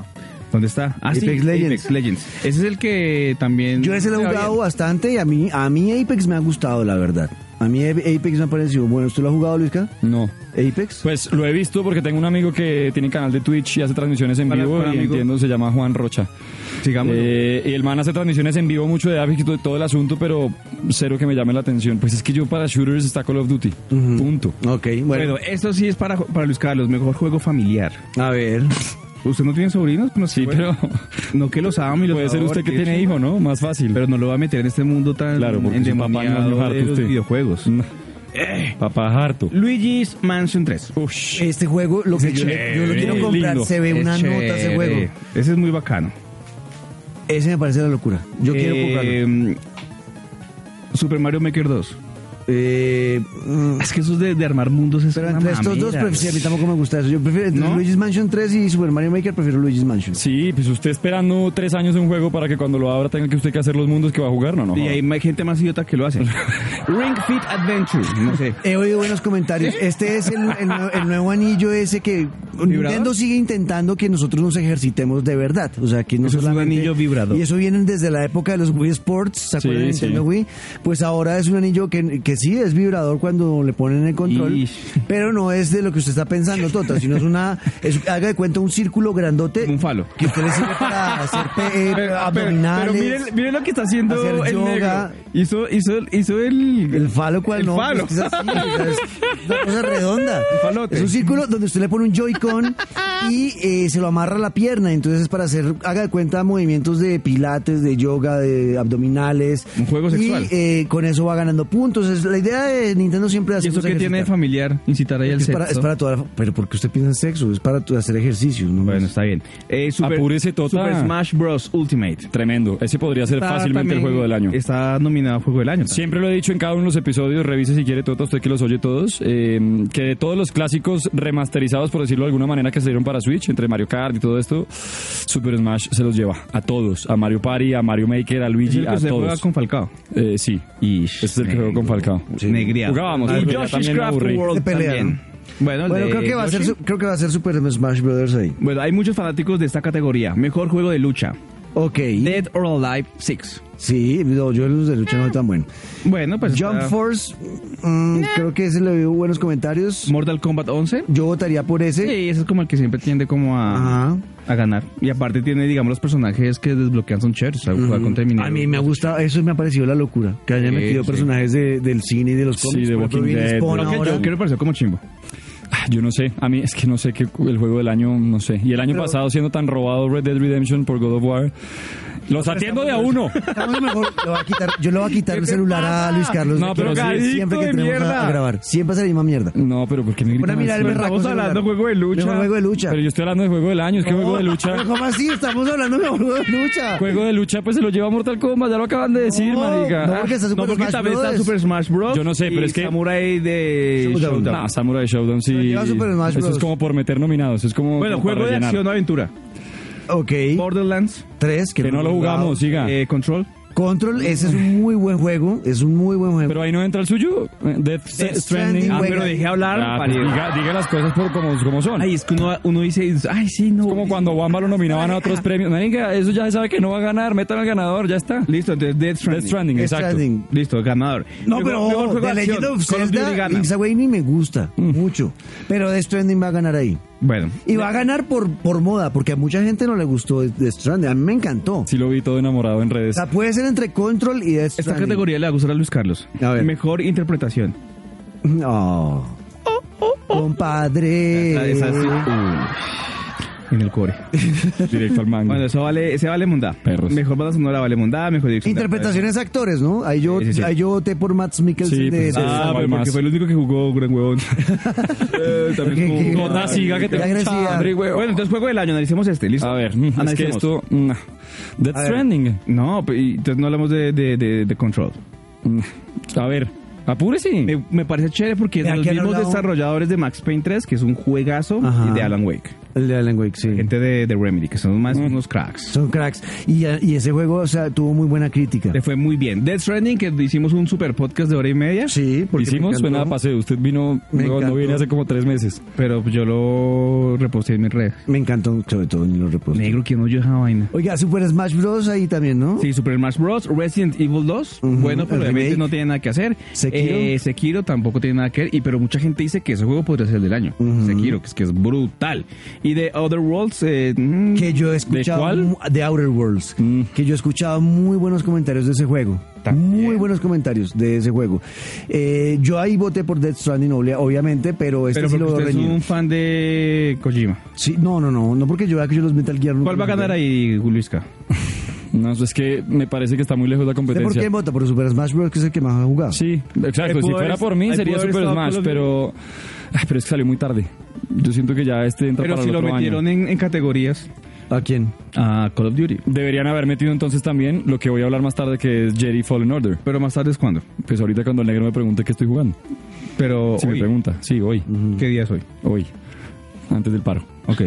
B: ¿Dónde está? Ah,
A: Apex Legends.
B: Apex Legends. Ese es el que también...
A: Yo ese lo he
B: Ah,
A: jugado
B: bien.
A: bastante y a mí, a mí Apex me ha gustado, la verdad. A mí Apex me ha parecido bueno. ¿Usted lo ha jugado, Luisca?
C: No.
A: ¿Apex?
C: Pues lo he visto porque tengo un amigo que tiene canal de Twitch y hace transmisiones en
B: ¿Cuál-
C: vivo
B: cuál
C: y
B: amigo?
C: entiendo se llama Juan Rocha.
B: Sigamos.
C: Eh, y el man hace transmisiones en vivo mucho de Apex y todo, todo el asunto, pero cero que me llame la atención. Pues es que yo para shooters está Call of Duty. Punto.
A: Ok, bueno.
B: Bueno, esto sí es para, para Luis Carlos, mejor juego familiar.
A: A ver.
B: ¿Usted no tiene sobrinos? Pues No
C: Sí, pero
B: No que los amo y los
C: puede ser
B: adore,
C: usted que
B: de
C: tiene
B: hecho,
C: hijo, ¿no? Más fácil.
B: Pero no lo va a meter en este mundo tan
C: Claro, porque su papá no es más
B: endemoniado
C: harto
B: de los
C: usted.
B: videojuegos. Eh.
C: Papá harto.
B: Luigi's Mansion 3.
C: Ush.
A: Este juego, lo que yo, le- yo lo
C: chévere,
A: quiero comprar,
C: lindo.
A: se ve
B: Es
A: una nota
B: chévere.
A: ese juego.
B: Ese es muy bacano.
A: Ese me parece la locura. Yo
B: Eh,
A: quiero comprarlo.
B: comprarlo. Super Mario Maker 2.
A: Eh, mm,
B: Es que eso es de, de armar mundos es
A: pero
B: una
A: entre estos dos, pues,
B: mamera,
A: prefiero, sí, a mí tampoco me gusta eso. Yo prefiero entre
B: ¿No?
A: Luigi's Mansion 3 y Super Mario Maker, prefiero Luigi's Mansion.
C: Sí, pues usted esperando tres años de un juego para que cuando lo abra tenga que usted que hacer los mundos que va a jugar, no, no.
B: Y
C: joda.
B: hay ma- gente más idiota que lo hace. Ring Fit Adventure. No sé.
A: He oído buenos comentarios. Este es el, el nue- el nuevo anillo ese que Nintendo sigue intentando que nosotros nos ejercitemos de verdad. O sea, que no
B: Eso es un
A: solamente...
B: anillo vibrador.
A: Y eso viene desde la época de los Wii Sports, ¿se acuerdan de
C: Sí, sí.
A: Nintendo Wii? Pues ahora es un anillo que, que sí es vibrador cuando le ponen el control,
B: Ish.
A: pero no es de lo que usted está pensando, Tota, sino es una... es- haga de cuenta un círculo grandote.
B: Como un falo.
A: Que usted le sirve para hacer pe- eh, abdominales.
B: pero miren, miren lo que está haciendo
A: hacer
B: el
A: yoga.
B: negro. Hizo, hizo, hizo el...
A: El falo, cual
B: El
A: no.
B: falo.
A: pues, es así, o sea, es una cosa redonda.
B: falote.
A: Es un círculo donde usted le pone un Joy-Con y eh, se lo amarra a la pierna. Entonces es para hacer, haga de cuenta, movimientos de pilates, de yoga, de abdominales.
B: Un juego sexual.
A: Y eh, con eso va ganando puntos. Es, la idea de Nintendo siempre
B: ¿Y
A: hacer
B: eso que tiene de familiar? Incitar ahí al
A: es para, es
B: sexo.
A: para toda la, Pero porque usted piensa en sexo, es para tu- hacer ejercicio. ¿no? Pues,
B: Bueno, está bien. Eh, Super,
C: Apúrese, Tota.
B: Super Smash Bros. Ultimate.
C: Tremendo. Ese podría ser
B: Está
C: fácilmente el
B: también-
C: juego del año.
B: Está nominado a Juego del Año.
C: Siempre lo he dicho en cada uno de los episodios, revise si quiere Tota, usted que los oye todos, eh, que de todos los clásicos remasterizados, por decirlo de alguna manera, que se dieron para Switch, entre Mario Kart y todo esto, Super Smash se los lleva a todos, a Mario Party, a Mario Maker, a
B: Es
C: Luigi,
B: el que
C: a
B: se juega
C: todos.
B: con Falcao.
C: Eh, sí,
B: Y
C: ese es el que juega con Falcao.
B: Negriado.
C: Jugábamos,
B: Y
C: pero
B: Yoshi's
C: también me
B: Craft
C: aburrí.
B: World
A: Se pelean.
B: también. Bueno, el
A: Bueno,
B: de
A: creo, que va a ser,
B: Yoshi.
A: su- creo que va a ser Super Smash Brothers ahí.
B: Bueno, hay muchos fanáticos de esta categoría. Mejor juego de lucha.
A: Ok.
B: Dead or Alive 6.
A: Sí, no, yo los de lucha no
B: Ah.
A: soy tan bueno.
B: Bueno, pues
A: Jump
B: está
A: Force, mm, creo que ese le veo buenos comentarios.
B: Mortal Kombat 11.
A: Yo votaría por ese.
B: Sí, ese es como el que siempre tiende como a,
A: Ajá.
B: a ganar. Y aparte tiene, digamos, los personajes que desbloquean son chéveres. O sea, jugar contra Minero.
A: A mí me ha gustado, eso me ha parecido la locura. Que hayan
B: Sí,
A: metido
B: sí.
A: personajes de- del cine y de los
C: Sí,
A: cómics.
C: de
A: por ejemplo,
C: Walking
A: Vinny
C: Dead.
A: Spawn
C: Lo
B: Aunque
A: ahora.
B: yo quiero parecer como chimbo.
C: Ah, Yo no sé, a mí es que no sé qué el juego del año, no sé. Y el año pasado siendo tan robado Red Dead Redemption por God of War, los atiendo de a uno.
A: Estamos mejor, le voy a quitar- yo le voy a quitar el celular a Luis Carlos.
C: No, pero
A: siempre-
C: sí.
A: siempre que
C: Drogadicto de
A: tenemos a, a
C: mierda.
A: grabar. Siempre hace la misma mierda.
C: No, pero ¿por qué me
A: Bueno,
C: gritan
A: mira,
C: así?
A: el berraco
B: Estamos
A: celular.
B: hablando de juego de lucha.
A: No, juego de lucha. Oh,
C: Pero yo estoy hablando de juego del año, es que juego de lucha.
A: Pero ¿Cómo así? Estamos hablando de juego de lucha.
C: Juego de lucha, pues se lo lleva Mortal Kombat, ya lo acaban de decir,
A: No,
C: marica.
A: no, porque está
B: No,
A: Super
B: porque
A: Smash
B: también está
A: Brothers.
B: Super Smash Bros.
C: Yo no sé, pero
B: y
C: es que-
B: Samurai de
A: Showdown.
B: Showdown.
C: Ah, Samurai Showdown sí.
A: Pero lleva Super Smash
C: Eso
A: Bros.
C: es como por meter nominados, es como
B: Bueno,
C: como
B: juego
C: para
B: de
C: llenar.
B: acción o aventura.
A: Ok.
B: Borderlands,
A: Tres, que,
C: que no lo
A: hemos jugado.
C: jugamos, siga.
B: eh, Control.
A: Control, ese es un muy buen juego. Es un muy buen juego.
C: pero ahí no entra el suyo. Eh, Death,
A: Stranding,
C: Stranding.
B: Ah,
A: güey.
B: pero dejé hablar,
C: Ah, pues
B: parido.
C: diga, diga las cosas por como, como son.
B: Ay, es que uno, uno dice, ay, sí, no.
C: Es como cuando Wamba lo nominaban a otros premios. Marica, eso ya se sabe que no va a ganar, metan al ganador, ya está.
B: Listo, entonces Death
C: Death
B: Stranding.
C: Stranding,
A: Death
C: exacto.
A: Stranding.
B: Listo, ganador.
A: No,
B: Mejor-
A: pero
B: mejor juego
A: The
B: de
A: Legend
B: acción, Mm.
A: of
B: Call of Duty
A: Zelda,
B: gana.
A: Link's Awakening me gusta mucho. Pero Death Stranding va a ganar ahí.
B: Bueno,
A: Y va a ganar por, por moda, porque a mucha gente no le gustó Death Stranding. A mí me encantó.
C: Sí lo vi todo enamorado en redes.
A: O sea, puede ser entre Control y Death
B: esta
A: Stranding.
B: categoría le va a gustar a Luis Carlos.
A: A ver.
B: Mejor interpretación.
A: No.
B: Esa-
A: Compadre.
B: esa sí, uy, en el core.
C: Directo al manga.
B: Bueno, eso vale, ese vale mundá.
C: Perros.
B: Mejor banda sonora vale mundá, mejor dirección. de
A: Interpretaciones de actores, ¿no? Ahí yo,
B: Sí, sí, sí.
A: ahí yo voté por Max Mikkelsen
C: Sí,
A: de
C: pues,
A: de-
B: Ah, pero
C: Más.
B: porque fue el único que jugó gran huevón. Eh, también
A: Qué- qué-
B: jugó-
C: Jota,
A: Ay,
C: siga que
A: qué
C: te
A: agresiva.
C: hambre, güey.
B: Bueno, entonces juego del año, analicemos este, listo.
C: A ver, es que
B: Analicemos.
C: esto. mm, Death
A: A ver.
C: Stranding.
B: No, pe- y entonces no hablamos de, de, de, de Control.
C: Mm, A ver, apúrese.
B: Me, me parece chévere porque es
A: Mira,
B: de los
A: aquí han
B: mismos
A: hablado-
B: desarrolladores de Max Payne 3, que es un juegazo,
A: Ajá.
B: y de Alan Wake.
A: El de Alan Wake, sí.
B: Gente de, de Remedy, que son más unos cracks.
A: Son cracks. Y, y ese juego, o sea, tuvo muy buena crítica.
B: Le fue muy bien. Death Stranding, que hicimos un super podcast de hora y media.
A: Sí, porque me
C: Hicimos,
A: encantó.
C: fue nada paseo. Usted vino,
A: Me
C: no, no
A: encantó.
C: viene hace como tres meses.
B: Pero yo lo reposté en mi red.
A: Me encantó, sobre todo en los reposos.
B: Negro, que no yo esa vaina.
A: Oiga, Super Smash Bros. ahí también, ¿no?
B: Sí, Super Smash Bros. Resident Evil 2.
A: Ujú,
B: bueno,
A: el
B: pero obviamente
A: remake.
B: no tiene nada que hacer.
A: Sekiro.
B: Eh, Sekiro tampoco tiene nada que ver. Y, pero mucha gente dice que ese juego podría ser el del año. Sekiro, que es, que es brutal. Y de Other Worlds, eh, mm,
A: que yo he escuchado
C: cuál?
A: mu- de Outer Worlds,
C: Mm.
A: que yo he escuchado muy buenos comentarios de ese juego.
B: También.
A: Muy buenos comentarios de ese juego. Eh, yo ahí voté por Death Stranding, obvia- obviamente, pero este
B: pero
A: sí
B: porque
A: lo
B: usted es
A: reñí.
B: un fan de Kojima.
A: Sí, no, no, no, no porque yo vea que yo los Metal Gear nunca
B: ¿Cuál va a
A: los
B: ganar
A: jugué.
B: ahí, Luisca?
C: No, es que me parece que está muy lejos la
A: ¿Usted por
C: competencia.
A: qué vota? Por Super Smash Bros. que es el que más ha jugado.
C: Sí,
B: Ahí
C: exacto. Si
B: pudo
C: fuera
B: haber-
C: por mí
B: ahí
C: sería
B: pudo haber
C: Super
B: estado
C: Smash,
B: Call of
C: pero. Ay, pero es que salió muy tarde. Yo siento que ya este entra
B: Pero
C: para
B: si
C: el
B: lo
C: otro año.
B: metieron en, en categorías
A: ¿A quién?
B: a Call of Duty.
C: Deberían haber metido entonces también lo que voy a hablar más tarde, que es Jedi Fallen Order.
B: Pero más tarde es cuando.
C: Pues ahorita cuando el negro me pregunte qué estoy jugando.
B: Pero
C: Si me
B: hoy,
C: pregunta. Sí, hoy.
B: ¿qué día es hoy?
C: Hoy. Antes del paro.
B: Ok.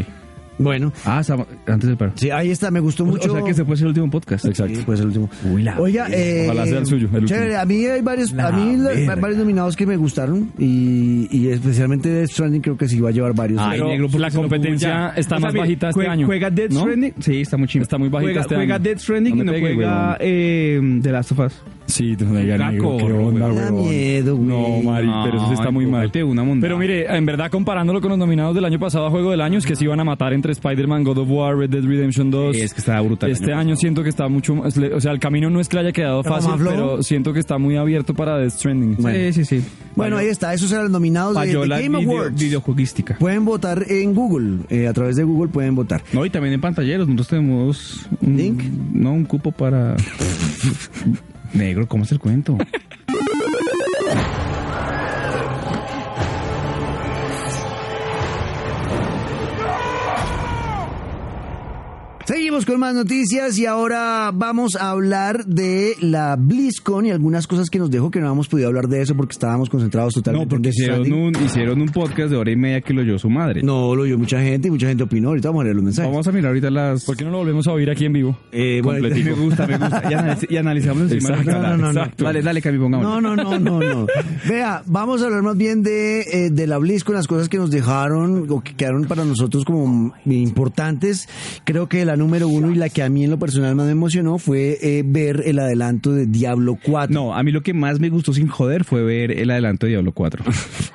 A: Bueno,
B: Ah, estaba- antes del paro.
A: sí, ahí está, me gustó
B: O, o
A: mucho.
B: sea que se puede ser el último podcast.
C: Exacto.
A: Sí, pues el último.
B: Uy, la
A: Oiga, eh,
C: Ojalá sea el suyo, el
A: chévere,
C: último.
A: a mí hay varios,
B: La
A: a mí la-
B: verga.
A: varios nominados que me gustaron y, y especialmente Death Stranding creo que sí va a llevar varios.
C: Ay,
B: Pero
C: negro, porque
B: la
C: se lo
B: competencia
C: publica.
B: está
C: O sea,
B: más
C: mire,
B: bajita este
C: jue-
B: año.
C: juega Death Stranding.
B: Sí, está muy chimba.
C: Está muy bajita
B: juega,
C: este
B: juega
C: año.
B: Death Stranding
C: No
B: y
C: me
B: no
C: pegue,
B: juega
C: huevón.
B: eh, The Last of Us.
C: Sí, te voy a
B: Caco,
C: negro, qué onda,
A: Me da
C: huevón.
A: miedo, güey.
C: No, Mari, pero eso sí está
B: Ay,
C: muy mal.
B: cógete una mondada.
C: Pero mire, en verdad, comparándolo con los nominados del año pasado a Juego del Año, es que se iban a matar entre Spider-Man, God of War, Red Dead Redemption 2.
B: Sí, es que estaba brutal el
C: Este
B: año
C: año siento que está mucho más. le- O sea, el camino no es que le haya quedado
A: ¿Pero
C: fácil,
A: más flojo?
C: pero siento que está muy abierto para Death Stranding.
A: Bueno.
B: Sí, sí, sí.
A: Bueno, ahí está, esos eran los nominados de,
B: Falló
A: de
B: la
A: Game
B: video-
A: Awards.
B: videojueguística.
A: Pueden votar en Google, eh, a través de Google pueden votar.
B: No, y también en pantalleros. Nosotros tenemos un,
A: Link.
B: No, un cupo para. Negro, ¿cómo es el cuento?
A: Seguimos con más noticias y ahora vamos a hablar de la BlizzCon y algunas cosas que nos dejó que no habíamos podido hablar de eso porque estábamos concentrados totalmente
B: No, porque
A: en Death
B: hicieron
A: Stranding.
B: un, hicieron un podcast de hora y media que lo oyó su madre.
A: No, lo oyó mucha gente y mucha gente opinó. Ahorita vamos a leer los mensajes.
B: Vamos a mirar ahorita las.
C: ¿Por qué no lo volvemos a oír aquí en vivo?
A: Eh, bueno,
B: Me gusta, me gusta. Y, analiz- y analizamos encima.
C: Exacto,
B: de la-
A: no, no, no.
B: Dale, dale, Cami, pongamos.
A: No, no, no, no, no. Vea, vamos a hablar más bien de, eh, de la BlizzCon, las cosas que nos dejaron o que quedaron para nosotros como importantes. Creo que la número uno y la que a mí en lo personal más me emocionó fue eh, ver el adelanto de Diablo 4.
B: No, a mí lo que más me gustó sin joder fue ver el adelanto de Diablo 4.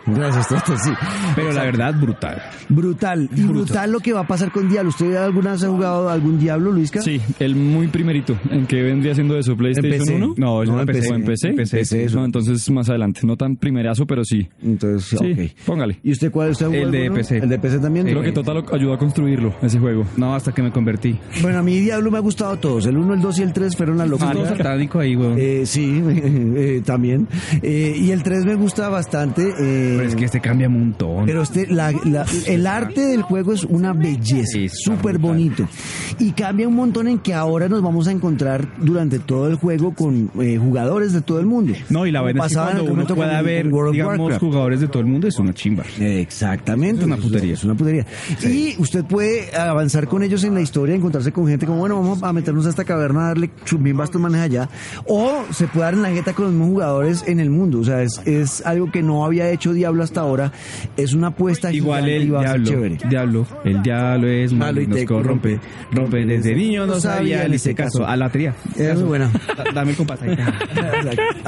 A: Gracias, Toto, sí.
B: Pero la verdad, brutal.
A: Brutal. Y brutal lo que va a pasar con Diablo. ¿Usted alguna vez ha jugado algún Diablo, Luisca?
C: Sí, el muy primerito. ¿En qué vendría siendo eso? ¿PlayStation
A: PC.
C: 1?
B: No, yo
A: No,
B: no, empecé.
A: empecé.
C: ¿O en PC?
B: Empecé.
A: Empecé. eso.
C: No, entonces más adelante. No tan primerazo, pero sí.
A: Entonces,
C: Sí,
A: ok.
C: póngale.
A: ¿Y usted cuál? Usted jugó
B: El de
A: alguno?
B: PC.
A: ¿El de PC también?
B: Sí,
C: Creo que Total ayudó a construirlo, ese juego.
B: No, hasta que me convertí.
A: Bueno, a mí Diablo me ha gustado todos. El 1, el 2 y el 3 fueron la locura.
B: Todo Ah, satánico ahí, weón.
A: Eh, sí, eh, también. Eh, y el 3 me gusta bastante. eh,
B: Pero es que este cambia un montón.
A: pero este, la- la- el arte del juego es una belleza,
B: Sí, está
A: súper
B: brutal.
A: bonito. Y cambia un montón en que ahora nos vamos a encontrar durante todo el juego con eh, jugadores de todo el mundo.
B: no, y la
A: Como
B: vaina es que
A: pasaba en
B: cuando
A: algún
B: uno
A: momento
B: pueda
A: con-
B: ver,
A: con World of
B: digamos,
A: Warcraft.
B: jugadores de todo el mundo, es una chimba.
A: Exactamente.
B: Es una putería.
A: Es una putería. Y usted puede avanzar con ellos en la historia, encontrarse con gente como, bueno, vamos a meternos a esta caverna, a darle chumbín bastos manes allá. O se puede dar en la jeta con los mismos jugadores en el mundo. O sea, es, es algo que no había hecho Diablo hasta ahora. Es una apuesta
B: Igual
A: gigante
B: el
A: y va a ser
B: diablo,
A: chévere.
B: diablo, el diablo es malo y nos corrompe, rompe desde niño no sabía, le hice caso, a la tría.
A: Es muy buena.
B: Da- Dame el compás ahí.
A: ¿A la-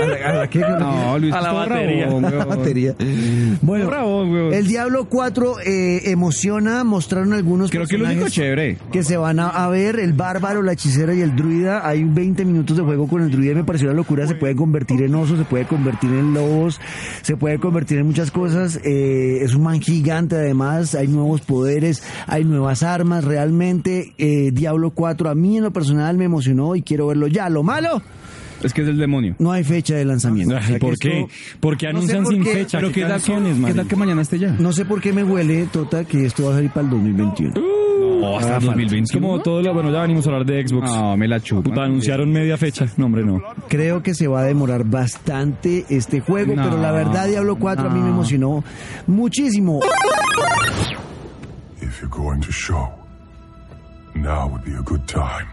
A: a la- a la qué?
B: No, Luis,
C: A la
B: todo
C: batería.
B: rabón,
A: La
B: weón.
A: batería.
B: Todo rabón, weón.
A: El Diablo 4 eh, emociona, mostraron algunos
B: Creo que lo único
A: personajes
B: chévere.
A: que se van a, a ver, el bárbaro, la hechicera y el druida. Hay 20 minutos de juego con el druida y me pareció una locura. Se puede convertir en osos, se puede convertir en lobos, se puede convertir en muchas cosas. Eh, es un man gigante además, hay nuevos poderes, hay nuevas armas. Realmente eh, Diablo 4 a mí en lo personal me emocionó y quiero verlo ya. Lo malo,
B: Es que es del demonio.
A: no hay fecha de lanzamiento. O sea
C: Ay,
A: que
C: ¿Por
A: esto-
C: qué? ¿Por qué
A: no sé
C: anuncian
A: por
C: sin
A: qué,
C: fecha?
B: Pero
C: ¿Qué
B: qué tal,
C: canciones,
B: que, ¿qué
C: Mari?
B: tal que mañana esté ya?
A: No sé por qué me huele, Tota, que esto va a salir para el 2021.
B: No, hasta
A: Ah,
B: 2021.
C: Es como todo lo... Bueno, ya venimos a hablar de Xbox.
B: No, me la chupa.
C: Puta, anunciaron media fecha. No, hombre, no.
A: Creo que se va a demorar bastante este juego,
B: No,
A: pero la verdad Diablo 4 a mí me
B: no.
A: emocionó muchísimo.
D: If you're going to show, now would be a good time.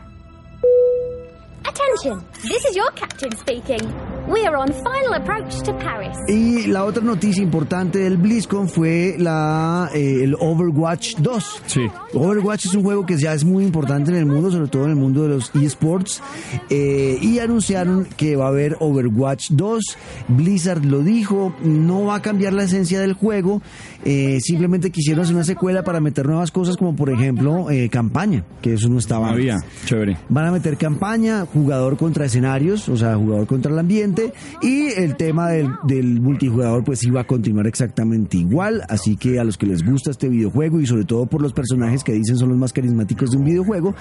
E: Attention! This is your captain speaking. We are on final approach to Paris.
A: Y la otra noticia importante del BlizzCon fue la, eh, el Overwatch 2.
C: Sí.
A: Overwatch es un juego que ya es muy importante en el mundo, sobre todo en el mundo de los esports. eh, y anunciaron que va a haber Overwatch 2. Blizzard lo dijo, no va a cambiar la esencia del juego. eh, simplemente quisieron hacer una secuela para meter nuevas cosas, como por ejemplo eh, campaña, que eso no estaba. antes.
C: Había, chévere.
A: Van a meter campaña, jugador contra escenarios, o sea, jugador contra el ambiente. Y el tema del, del multijugador, pues sí va a continuar exactamente igual. Así que a los que les gusta este videojuego y sobre todo por los personajes que dicen son los más carismáticos de un videojuego,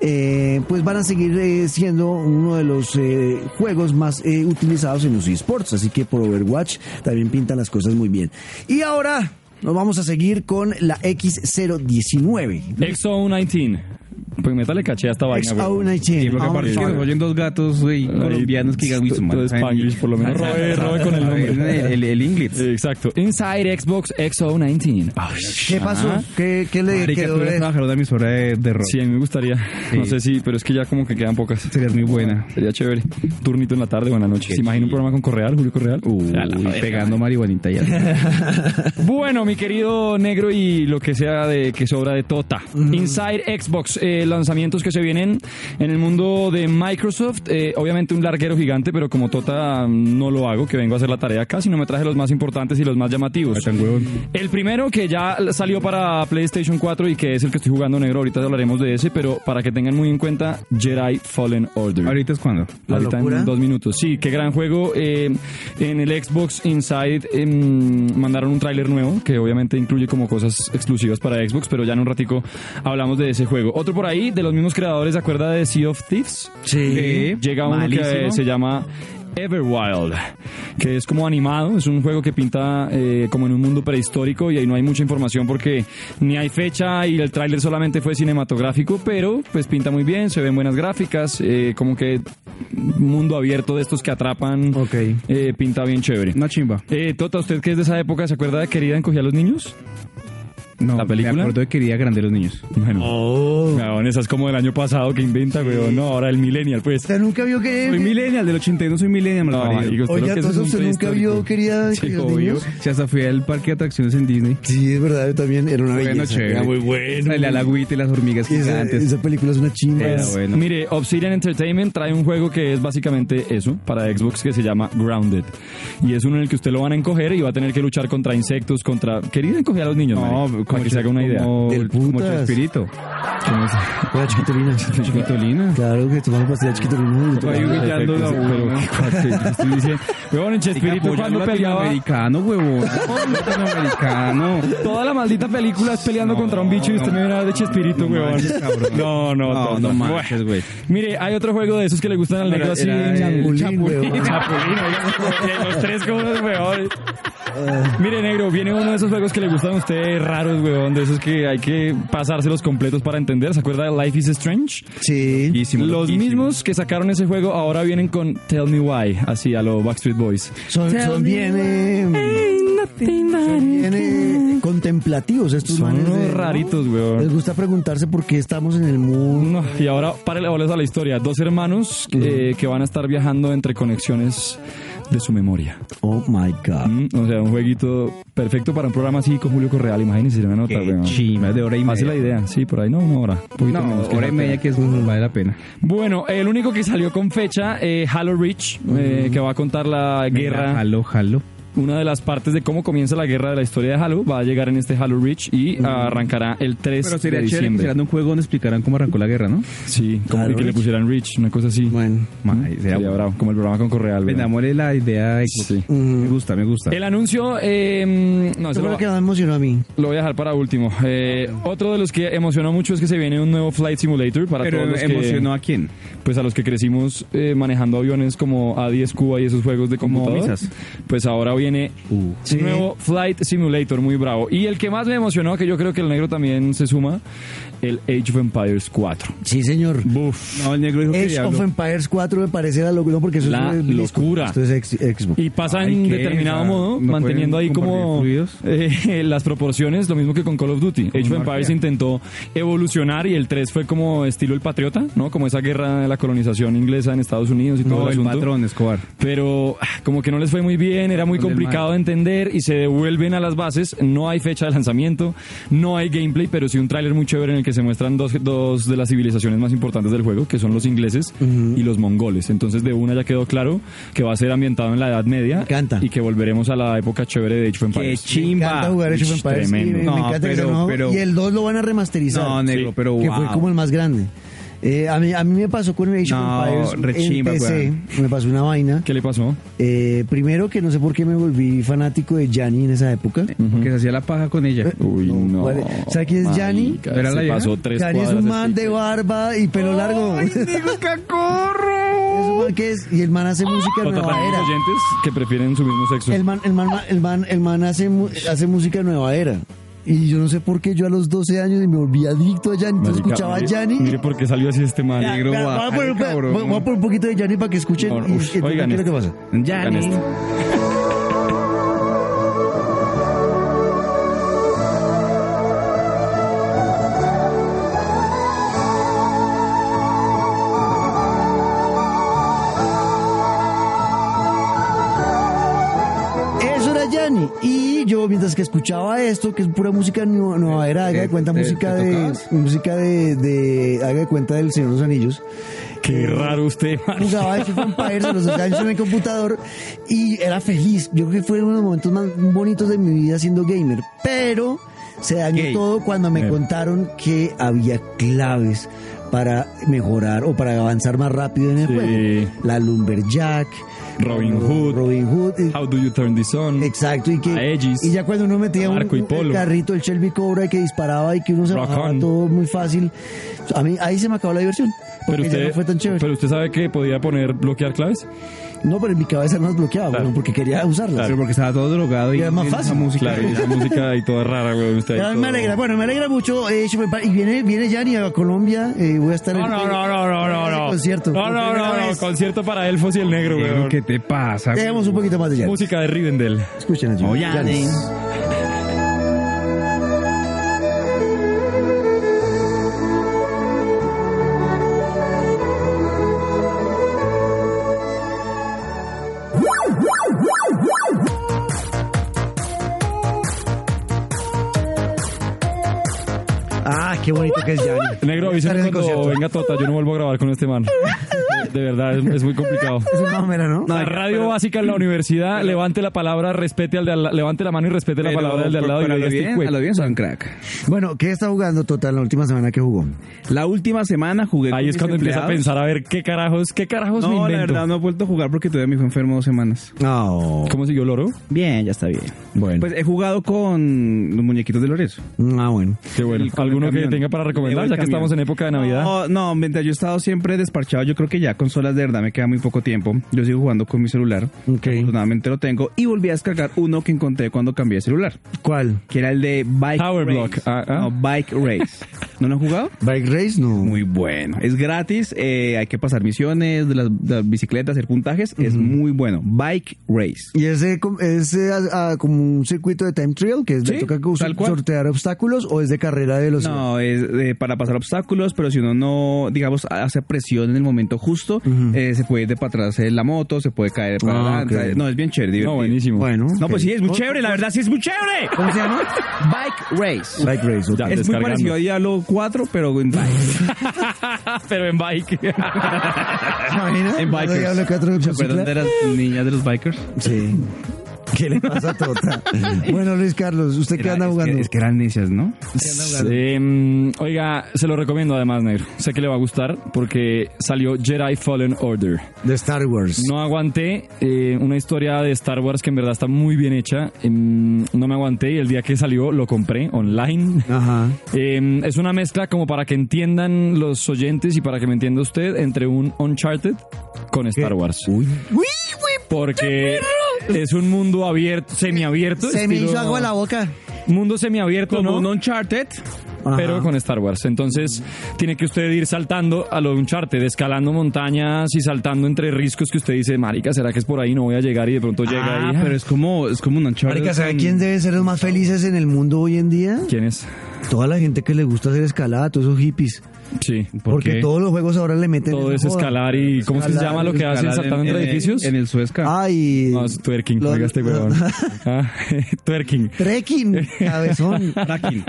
A: eh, pues van a seguir eh, siendo uno de los eh, juegos más eh, utilizados en los esports. Así que por Overwatch también pintan las cosas muy bien. Y ahora nos vamos a seguir con la X019.
C: XO19. Pues métale caché a esta vaina.
A: XO19.
C: güey.
B: Sí, porque
A: I'm
B: aparte que
A: sorry.
B: nos oyen dos gatos güey, colombianos que digan, "Uy, su madre,
C: Todo Spanglish, por lo menos. Robe, robe con el nombre.
B: El, el inglés.
C: Eh, Exacto. Inside Xbox XO19.
B: Ah,
A: ¿Qué pasó? ¿Qué, qué le
B: Marica, tú
A: quedó?
B: eres
A: de-
B: trabajador de emisora de, de rock.
C: Sí, a mí me gustaría. No
B: Sí.
C: sé si, pero es que ya como que quedan pocas.
B: Serías muy buena.
C: Sería chévere. Turnito en la tarde o en la noche. ¿Se imagina un programa con Correal, Julio Correal?
B: Uy,
C: A la verga.
B: pegando marihuanita ya.
C: Bueno, mi querido negro y lo que sea de que sobra de Tota. Inside Xbox, eh, lanzamientos que se vienen en el mundo de Microsoft. Eh, obviamente un larguero gigante, pero como Tota mm, no lo hago, que vengo a hacer la tarea acá, sino me traje los más importantes y los más llamativos.
B: Tan huevón.
C: El primero que ya salió para PlayStation 4 y que es el que estoy jugando negro, ahorita hablaremos de ese, pero para que tengan muy en cuenta Jedi Fallen Order.
B: Ahorita es cuando.
A: ¿La
C: Ahorita
A: locura?
C: en dos minutos. Sí, qué gran juego. Eh, en el Xbox Inside em, mandaron un tráiler nuevo que obviamente incluye como cosas exclusivas para Xbox, pero ya en un ratico hablamos de ese juego. Otro por ahí, de los mismos creadores, ¿se acuerda de Sea of Thieves?
A: Sí.
C: Llega uno que eh,
B: Malísimo.
C: se llama Everwild, que es como animado, es un juego que pinta eh, como en un mundo prehistórico y ahí no hay mucha información porque ni hay fecha y el tráiler solamente fue cinematográfico, pero pues pinta muy bien, se ven buenas gráficas, eh, como que mundo abierto de estos que atrapan,
A: Ok.
C: eh, pinta bien chévere.
B: Una chimba.
C: Eh, Tota, ¿usted que es de esa época se acuerda de Querida encogía a los niños?
B: No,
C: ¿La película?
B: Me acuerdo de quería grande los niños.
C: Bueno,
A: Oh.
C: weón, esa es como del año pasado que inventa, weón, no, ahora el millennial pues.
A: ¿Usted nunca vio
B: Soy
A: que...
B: millennial, del 81 soy millennial,
C: No, marica,
B: malparido.
C: usted
A: Oye,
C: lo que es es
A: entonces
C: un
A: usted nunca
C: prehistórico.
A: vio Querida
C: Sí,
A: que los
C: obvio.
A: niños?
B: Si hasta fui al parque de atracciones en Disney.
A: Sí, es verdad, yo también era una
B: Bueno,
A: belleza.
B: chévere.
A: Era muy bueno.
B: Sale al agüita y las hormigas
A: Esa,
B: gigantes.
A: esa película es una chimba.
B: Era
A: Es-
B: bueno.
C: Pues, Mire, Obsidian Entertainment trae un juego que es básicamente eso para Xbox que se llama Grounded. Y es uno en el que usted lo van a encoger y va a tener que luchar contra insectos, contra... Querida encoger a los niños, marica, para que se haga una idea.
B: Como,
A: Del
B: como
A: putas.
B: Chespirito.
C: ¿Cómo es?
A: Hola, chiquitolina.
B: Chespitolina.
A: Claro que tomamos pastilla chiquitolina. y
B: Estoy
A: tomamos-
B: humillando la
C: Pero,
B: buena.
C: cuate, usted dice, Huevón, en Chespirito cuando peleaba...
B: Americano, huevón. Latinoamericano.
C: Toda la maldita película es peleando contra un bicho y usted me viene a hablar de Chespirito,
B: no
C: huevón.
B: manches, cabrón.
C: No, no,
B: No,
C: tonto.
B: no manches, güey.
C: Mire, hay otro juego de esos que le gustan al negro
B: Era-
C: así.
B: era el
A: Chapulín,
C: Chapulín,
A: weón.
C: Chapulín, oiga, los tres como los weones. Mire, negro, viene uno de esos juegos que le gustan a usted raros, weón, de esos que hay que pasárselos completos para entender. ¿Se acuerda de Life is Strange?
A: Sí.
C: Los mismos que sacaron ese juego ahora vienen con Tell Me Why, así a los Backstreet Boys.
A: Son, son bien... eh, bien eh, contemplativos estos
C: Son
A: manes de-
C: unos
A: ¿no?
C: raritos, weón.
A: Les gusta preguntarse por qué estamos en el mundo.
C: No, y ahora, para a la historia, dos hermanos eh, que van a estar viajando entre conexiones de su memoria.
A: Oh my God.
C: Mm, o sea, un jueguito perfecto para un programa así con Julio Correal, imagínense, sería una nota, weón.
B: Chima, de hora y
C: Así
B: media.
C: la idea, sí, por ahí no, una hora. un poquito
B: No,
C: menos, que
B: hora y
C: la
B: media
C: pena.
B: que es vale la pena.
C: Bueno, el único que salió con fecha, eh, Halo Reach, eh,
A: Mm.
C: que va a contar la guerra,
B: Jalo, jalo.
C: una de las partes de cómo comienza la guerra de la historia de Halo, va a llegar en este Halo Reach
A: Mm.
C: y arrancará el 3
B: Pero sería
C: de
B: chévere que
C: diciembre.
B: hicieran un juego donde explicaran cómo arrancó la guerra, ¿no?
C: Sí, como
A: Halo
C: que le
A: Reach.
C: pusieran Reach, una cosa así.
A: Bueno.
B: Ay,
C: Sería bravo, como el programa con Correal.
B: Me
C: weón.
B: enamoré la idea de
C: Sí.
B: Me gusta, me gusta.
C: El anuncio, eh, no,
A: Eso
C: se lo,
A: fue lo que me emocionó a mí.
C: lo voy a dejar para último. Eh, otro de los que emocionó mucho es que se viene un nuevo Flight Simulator para
B: Pero
C: todos los
B: emocionó a quién?
C: que, pues a los que crecimos eh, manejando aviones como A10 Cuba y esos juegos de
B: Como
C: computador.
B: misas.
C: Pues ahora viene
B: Uh.
A: Sí.
C: nuevo Flight Simulator, muy bravo. Y el que más me emocionó, que yo creo que el negro también se suma, el Age of Empires 4.
A: Sí, señor.
C: Buf.
B: No, el negro dijo que
A: Age
B: diablo.
A: of Empires 4 me parece la locura, no, porque eso
C: La
A: es un disco.
C: locura.
A: Esto es ex- Xbox.
C: Y pasa
B: Ay,
C: en
B: ¿qué?
C: determinado
B: O sea,
C: modo,
B: ¿no
C: manteniendo ahí
B: pueden
C: como
B: compartir
C: eh, las proporciones, lo mismo que con Call of Duty. Age of Empires
B: Mafia.
C: intentó evolucionar y el 3 fue como estilo el patriota, ¿no? Como esa guerra de la colonización inglesa en Estados Unidos y todo
B: No,
C: el
B: el
C: asunto.
B: patrón, Escobar.
C: Pero ah, como que no les fue muy bien, era muy
B: Con el
C: complicado de entender y se devuelven a las bases. No hay fecha de lanzamiento, no hay gameplay, pero sí un tráiler muy chévere en el que se muestran dos, dos de las civilizaciones más importantes del juego, que son los ingleses y los mongoles. Entonces de una ya quedó claro que va a ser ambientado en la Edad Media
A: encanta.
C: y que volveremos a la época chévere de Age of
B: Qué
C: Empires.
A: Me encanta
B: chimba.
A: jugar Age of
C: Ush,
A: Empires.
C: tremendo.
A: y me- me
B: No,
A: encanta que sea
B: pero-
A: nuevo.
B: pero-
A: Y el 2 lo van a remasterizar.
B: No, negro,
C: Sí.
B: pero
A: Que
B: wow.
A: fue como el más grande. Eh, a, mí, a mí me pasó con Age
B: No,
A: of
B: re
A: Empires en
B: chimba,
A: PC. Me pasó una vaina.
C: ¿Qué le pasó?
A: Eh, primero que no sé por qué me volví fanático de Yanni en esa época.
B: Que se hacía la paja con ella.
C: Uy, no.
A: vale. ¿Sabe quién es Gianni?
C: marica,
B: ¿Era la
C: se
B: vieja?
C: pasó tres
A: Yanni es un
C: cuadras
A: man
C: así.
A: de barba y pelo largo. Es un man que es- y el man hace música
C: Contratar
A: nueva
C: a
A: era.
C: los oyentes que prefieren su mismo sexo.
A: El man, el man, el man, el man hace, mu- hace música nueva era. Y yo no sé por qué yo a los 12 años me volví adicto a Yanni. Yo
C: Marica,
A: escuchaba a
C: mire-
A: Yanni.
C: Mire por qué salió así este man.
A: Vea,
B: negro
A: vea,
B: guapo,
A: voy, a poner, vea,
B: cabrón.
A: voy- voy a poner un poquito de Yanni para que escuchen.
C: Ahora,
A: y-
C: ush,
A: y-
C: oigan
A: ¿qué es lo que
C: esto.
A: pasa?
C: Oigan
B: Yanni.
C: esto.
A: Eso era Yanni. Y yo, mientras que escuchaba esto, que es pura música nu- nueva era, haga de
B: ¿Te-
A: cuenta,
B: te-
A: música
B: te
A: de.
B: tocabas?
A: Música de. de- haga de cuenta del Señor de los Anillos.
C: Qué raro usted, man.
A: Jugaba Age of Empires a los 12 años en el computador y era feliz. Yo creo que fue uno de los momentos más bonitos de mi vida siendo gamer. Pero se dañó
B: Gay.
A: todo cuando
C: Eh.
A: me contaron que había claves para mejorar o para avanzar más rápido en el
C: Sí.
A: juego. La Lumberjack,
C: Robin
A: Ro-
C: Hood.
A: Robin Hood. y-
C: How do you turn this on?
A: Exacto, y que
C: Aegis,
A: y ya cuando uno metía un,
C: Arco y
A: un-
C: Polo.
A: el carrito, el Shelby Cobra y que disparaba y que uno se
C: Rock
A: bajaba
C: on.
A: todo muy fácil. A mí ahí se me acabó la diversión. Porque
C: Pero
A: ya
C: usted,
A: no fue tan chévere.
C: pero usted sabe que podía poner bloquear claves.
A: No, pero en mi cabeza no las bloqueaba,
C: Claro.
A: weón, porque quería usarlas.
B: Pero porque estaba todo drogado y
A: Era más
B: y esa
A: fácil.
B: música.
C: Claro, y esa música ahí toda rara, güey. Usted ahí
A: Pero a mí
C: todo-
A: me alegra, bueno, me alegra mucho. eh, Chopin Park. y viene, viene Yanni a Colombia. eh, voy a estar en
C: No, no, no, no, no, no,
A: en
C: no.
A: ese concierto.
C: No,
A: Por
C: no,
A: primera
C: no, no,
A: vez.
C: Concierto para elfos y el negro,
B: Negro,
C: güey.
B: ¿qué te pasa?
A: Dejemos un poquito más de Yanni.
C: Música de Rivendell.
A: Escuchen a
B: Oh, Yanni.
A: Ah, qué bonito que es Yanni.
C: Negro,
A: Voy a estar en
C: avísenme
A: el
C: cuando
A: concierto.
C: venga Tota, yo no vuelvo a grabar con este man. De verdad, es, es muy complicado.
A: Es una mamera, ¿no?
C: La radio básica en la universidad, levante la palabra, respete al de al la- levante la mano y respete la
B: Pero
C: palabra del de al lado.
B: para
C: y
B: lo
C: diga,
B: bien,
C: "Este
B: a lo bien son crack.
A: Bueno, ¿qué está jugando total la última semana que jugó?
B: La última semana jugué con
C: Ahí es
B: mis
C: cuando empieza a
B: empleados.
C: pensar a ver qué carajos, qué carajos me
B: No, la
C: invento.
B: verdad no he vuelto a jugar porque todavía me fue enfermo dos semanas.
A: No.
C: ¿Cómo siguió Loro?
B: Bien, ya está bien.
C: Bueno,
B: Pues he jugado con los muñequitos de Lorenzo.
A: Ah, bueno.
C: qué bueno.
B: el- con el
C: ¿Alguno que
B: camión.
C: tenga para
B: Llevo
C: recomendar?
B: el
C: Ya que
B: camión.
C: estamos en época de Navidad.
B: No, no, mientras yo he estado siempre desparchado, yo creo que ya consolas de verdad me queda muy poco tiempo. Yo sigo jugando con mi celular.
A: Ok.
B: Afortunadamente lo tengo. Y volví a descargar uno que encontré cuando cambié de celular.
A: ¿Cuál?
B: Que era el de Bike
C: Power
B: Race.
C: Block, ah, ah.
B: No, Bike Race. ¿No lo han jugado?
A: ¿Bike Race? No.
B: Muy bueno. Es gratis, eh, hay que pasar misiones de las, de las bicicletas, hacer puntajes. Es muy bueno. Bike Race.
A: ¿Y ese com- es eh, a- a- como un circuito de time trial que es de
B: Sí,
A: toca que us-
B: tal cual.
A: sortear obstáculos o es de carrera de velocidad?
B: No, es eh, para pasar obstáculos, pero si uno no, digamos, hace presión en el momento justo, eh, se puede ir de para atrás en la moto, se puede caer para
A: Ah,
B: adelante.
A: ok.
B: No, es bien chévere, divertido.
C: No, buenísimo.
A: Bueno.
B: No,
A: ok.
B: pues sí, es muy chévere, la verdad, sí es muy chévere.
A: ¿Cómo se llama?
B: Bike Race.
A: Bike Race. ok.
C: Ya.
B: Es muy
C: Descargando.
B: parecido a Diablo 4, pero en bike.
C: Pero en bike.
A: ¿Se imagina?
B: en
A: eh? Cuando
B: bikers.
A: Diablo 4 en
B: ¿Se acuerdan de
A: bicicleta?
B: las niñas de los bikers?
A: Sí. ¿Qué le pasa a Tota? bueno, Luis Carlos, ¿usted qué
B: Era-
A: anda
B: es que-
A: jugando?
B: Es que eran necias, ¿no?
C: Em, oiga, se lo recomiendo además, negro. Sé que le va a gustar porque salió Jedi Fallen Order.
A: De Star Wars.
C: No aguanté eh, una historia de Star Wars que en verdad está muy bien hecha. Em, no me aguanté y el día que salió lo compré online.
A: Ajá.
C: Eh, es una mezcla como para que entiendan los oyentes y para que me entienda usted entre un Uncharted con Star Wars.
A: Uy.
C: Porque Es un mundo abierto, semiabierto.
A: Se me
C: estilo-
A: hizo agua la boca.
C: Mundo semiabierto,
B: Como
C: ¿no?
B: un Uncharted.
A: Ajá.
C: pero con Star Wars. Entonces, tiene que usted ir saltando a lo de Uncharted, escalando montañas y saltando entre riscos que usted dice, marica, ¿será que es por ahí? No voy a llegar y de pronto llega
B: Ah,
C: ahí.
B: pero es como, es como un Uncharted.
A: Marica, ¿sabe
B: con-
A: quién debe ser los más felices en el mundo hoy en día?
C: ¿Quién es?
A: Toda la gente que le gusta hacer escalada, todos esos hippies.
C: Sí.
B: ¿Por
A: porque
B: qué?
A: todos los juegos ahora le meten.
C: Todo
A: esa
C: es
A: joda.
C: escalar y... ¿Cómo es que se
A: Escalar,
C: llama lo que hacen
B: Escalar
C: saltando entre
B: en- Ah. en-
C: edificios?
B: En el Suezca.
A: Ay.
C: No, es twerking,
A: Lo-
C: oiga este huevón. Ah, twerking.
A: Trekking, cabezón.
B: Tracking.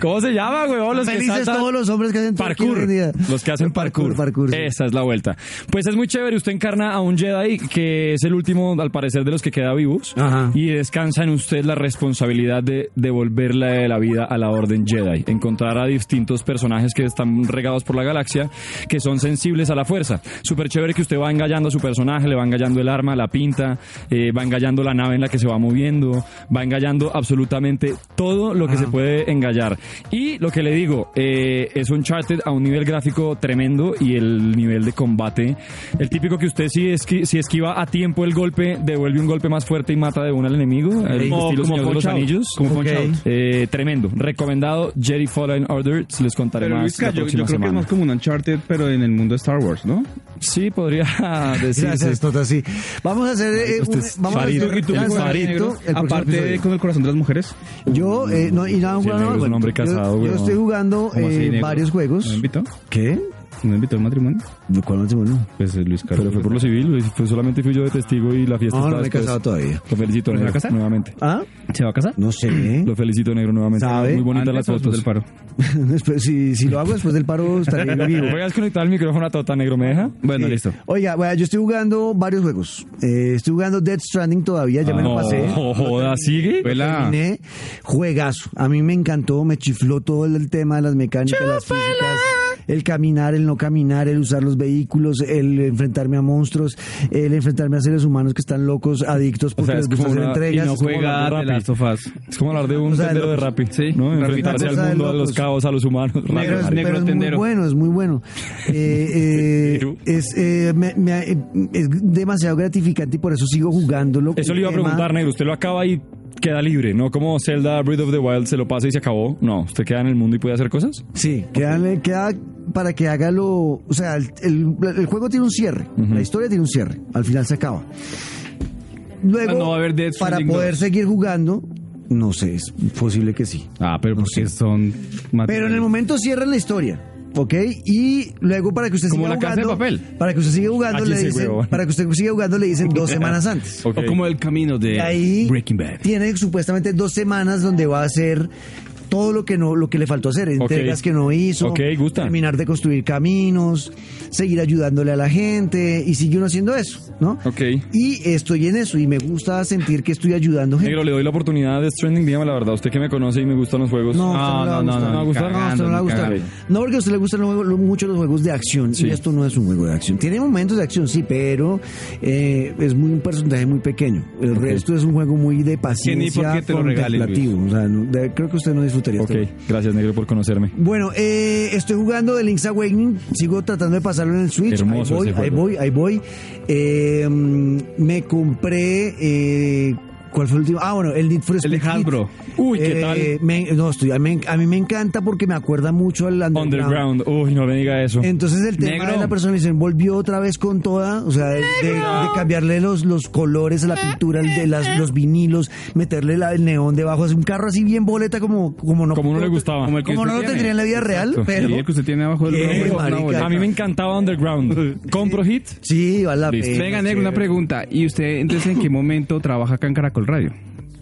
C: ¿Cómo se llama, huevón? Los que
A: Felices
C: saltan-
A: todos los hombres que hacen trekking hoy
C: Parkour.
A: en día.
C: Los que hacen parkour.
A: Parkour, sí.
C: Esa es la vuelta. Pues es muy chévere. Usted encarna a un Jedi que es el último, al parecer, de los que queda vivos.
A: Ajá.
C: Y descansa en usted la responsabilidad de devolverle la vida a la Orden Jedi. Encontrar a distintos personajes que están regados por la galaxia, que son sensibles a la fuerza. Súper chévere que usted va engallando a su personaje, le va engallando el arma, la pinta, eh, va engallando la nave en la que se va moviendo, va engallando absolutamente todo lo que
B: Ah.
C: se puede engallar. Y lo que le digo, eh, es un Uncharted a un nivel gráfico tremendo y el nivel de combate, el típico que usted si, esqui- si esquiva a tiempo el golpe, devuelve un golpe más fuerte y mata de una al enemigo, el
B: Como-
C: estilo
B: como
C: Señor de los
B: Punch-Out.
C: Anillos.
B: Como Punch-Out.
C: Eh, tremendo, recomendado Jerry Fallen Order, les contaré
B: Pero
C: más
B: Luisca,
C: la
B: yo,
C: próxima
B: yo creo que es
C: semana.
B: más como un Uncharted, pero en el mundo de Star Wars, ¿no?
C: Sí, podría decirse.
A: Gracias, Tota, sí. Vamos a hacer eh,
C: Usted
A: un-
C: es
A: vamos a hacer
C: farito.
A: un
C: Y tú,
A: lanzamiento
C: farito.
A: el próximo
B: Aparte de
A: episodio.
B: con el corazón de las mujeres.
A: Yo, eh, no, y nada,
C: Sí,
A: jugando
C: negro es un
A: bueno,
C: hombre casado,
A: yo, yo
C: weón.
A: estoy jugando
B: ¿Cómo así,
A: eh,
B: negro?
A: varios
B: ¿No me
A: juegos.
B: invitó?
A: ¿Qué?
B: ¿No me invitó al matrimonio?
A: ¿De ¿Cuál matrimonio?
B: Pues eh, Luis Carlos.
C: Pero fue por lo civil, Luis, fue- solamente fui yo de testigo y la fiesta
A: No,
C: está
A: no me he
C: después.
A: casado todavía.
C: Lo
B: ¿Pero
C: felicito,
B: se va a
C: negro,
B: casar?
C: nuevamente.
A: ¿Ah?
B: ¿Se va a casar?
A: No sé.
C: Lo felicito, negro, nuevamente.
A: ¿Mm? ¿Sabe?
C: Muy bonitas las
B: Antes o después
C: fotos.
B: del paro.
A: Después- si, si lo hago después del paro, estaré vivo.
C: Voy a desconectar el micrófono a Tota Negro, ¿me deja?
B: Bueno,
A: Sí.
B: listo.
A: Oiga, bueno, yo estoy jugando varios juegos. Eh, estoy jugando Dead Stranding todavía, ya me lo
C: no,
A: pasé.
C: joda, ¿sigue?
B: Vela.
A: Terminé. Juegazo. A mí me encantó, me chifló todo el tema de las mecánicas, las físicas, el caminar, el no caminar, el usar los vehículos, el enfrentarme a monstruos, el enfrentarme a seres humanos que están locos, adictos porque
C: sea,
A: les
C: es
A: gusta
C: como
A: hacer
C: una- y
A: entregas.
C: no
A: Es como
C: juega
A: la-
C: de
B: de las
C: Last of
B: sofás.
C: Es como hablar de un
A: cosa de
C: tendero de
A: locos.
C: rapi, ¿no? Enfrentarse
A: Una cosa
C: al
A: de
C: mundo, a los
A: locos.
C: caos, a los humanos.
A: Pero
B: Negro
A: es,
B: Rapi.
A: pero es muy
B: tendero.
A: bueno, es muy bueno. Eh, eh, es, eh, me- me- es demasiado gratificante y por eso sigo jugándolo.
C: Eso le iba a
A: Tema-
C: preguntar, Negro. Usted lo acaba y queda libre, ¿no? Como Zelda Breath of the Wild se lo pasa y se acabó. No, usted queda en el mundo y puede hacer cosas.
A: Sí, queda, queda para que haga lo... O sea, el, el- el juego tiene un cierre, la historia tiene un cierre, al final se acaba. Luego,
B: Ah, No va a haber Death
A: para
B: Stranding
A: poder seguir jugando, no sé, es posible que sí.
B: Ah, pero porque son.
A: Pero en el momento cierra la historia. ¿Ok? Y luego para que usted
B: Como
A: siga
B: la Casa de
A: jugando,
B: Papel.
A: para que usted siga jugando
C: Aquí
A: le
C: sí,
A: dicen,
C: huevón.
A: para que usted siga jugando le dicen dos semanas antes.
C: Ok.
B: O como el camino de
A: Ahí
B: Breaking Bad.
A: tiene supuestamente dos semanas donde va a hacer todo lo que no lo que le faltó hacer, entregas que no hizo,
C: Ok, gusta.
A: terminar de construir caminos, seguir ayudándole a la gente y sigue uno haciendo eso, ¿no?
C: Ok.
A: Y estoy en eso y me gusta sentir que estoy ayudando gente.
C: Negro, le doy la oportunidad de Stranding. Dígame la verdad. Usted que me conoce y me gustan los juegos.
A: No,
B: No,
A: no,
B: no, no,
A: no,
B: no,
A: no, no,
B: ni
A: no, no, no,
B: cagando,
A: no,
B: ni
A: gustar.
B: cagando.
A: no, porque a usted le gustan los juegos- mucho los juegos de acción
C: Sí.
A: y esto no es un juego de acción. Tiene momentos de acción, sí, pero eh, es muy un personaje muy pequeño. El resto es un juego muy de paciencia,
B: por qué te lo regalen,
A: contemplativo. O sea, no- de- creo que usted no disfrutaría.
C: Ok,
A: este juego.
C: gracias, Negro, por conocerme.
A: Bueno, eh, estoy jugando The Link's Awakening, sigo tratando de pasarlo en el Switch.
C: Hermoso
A: ahí voy,
C: ese juego.
A: ahí voy, ahí voy. Eh, mm, me compré. eh, ¿Cuál fue el último? Ah, bueno, el Need for Speed.
B: de
A: Heat.
B: Hasbro.
C: Uy, ¿qué tal?
A: me- no, estoy, a, mí, a mí me encanta porque me acuerda mucho al Underground.
C: Underground. Uy, no me diga eso.
A: Entonces el tema
B: Negro.
A: de la personalización volvió otra vez con toda, o sea, de, de- de cambiarle los, los colores a la pintura, el de las, los vinilos, meterle la- el neón debajo, es un carro así bien boleta como, como no
C: Como no le gustaba.
B: Como el que
A: como
B: usted
A: no lo
B: tiene.
A: tendría en la vida real, pero
B: Y el que usted tiene abajo del
A: Eh,
B: hombro es una
A: marica.
B: bola.
C: A mí me encantaba Underground. ¿Compro hit?
A: sí, vale la
C: Listo.
A: pena.
B: Venga, negro, una pregunta. ¿Y usted entonces en qué momento trabaja acá en Caracol Radio?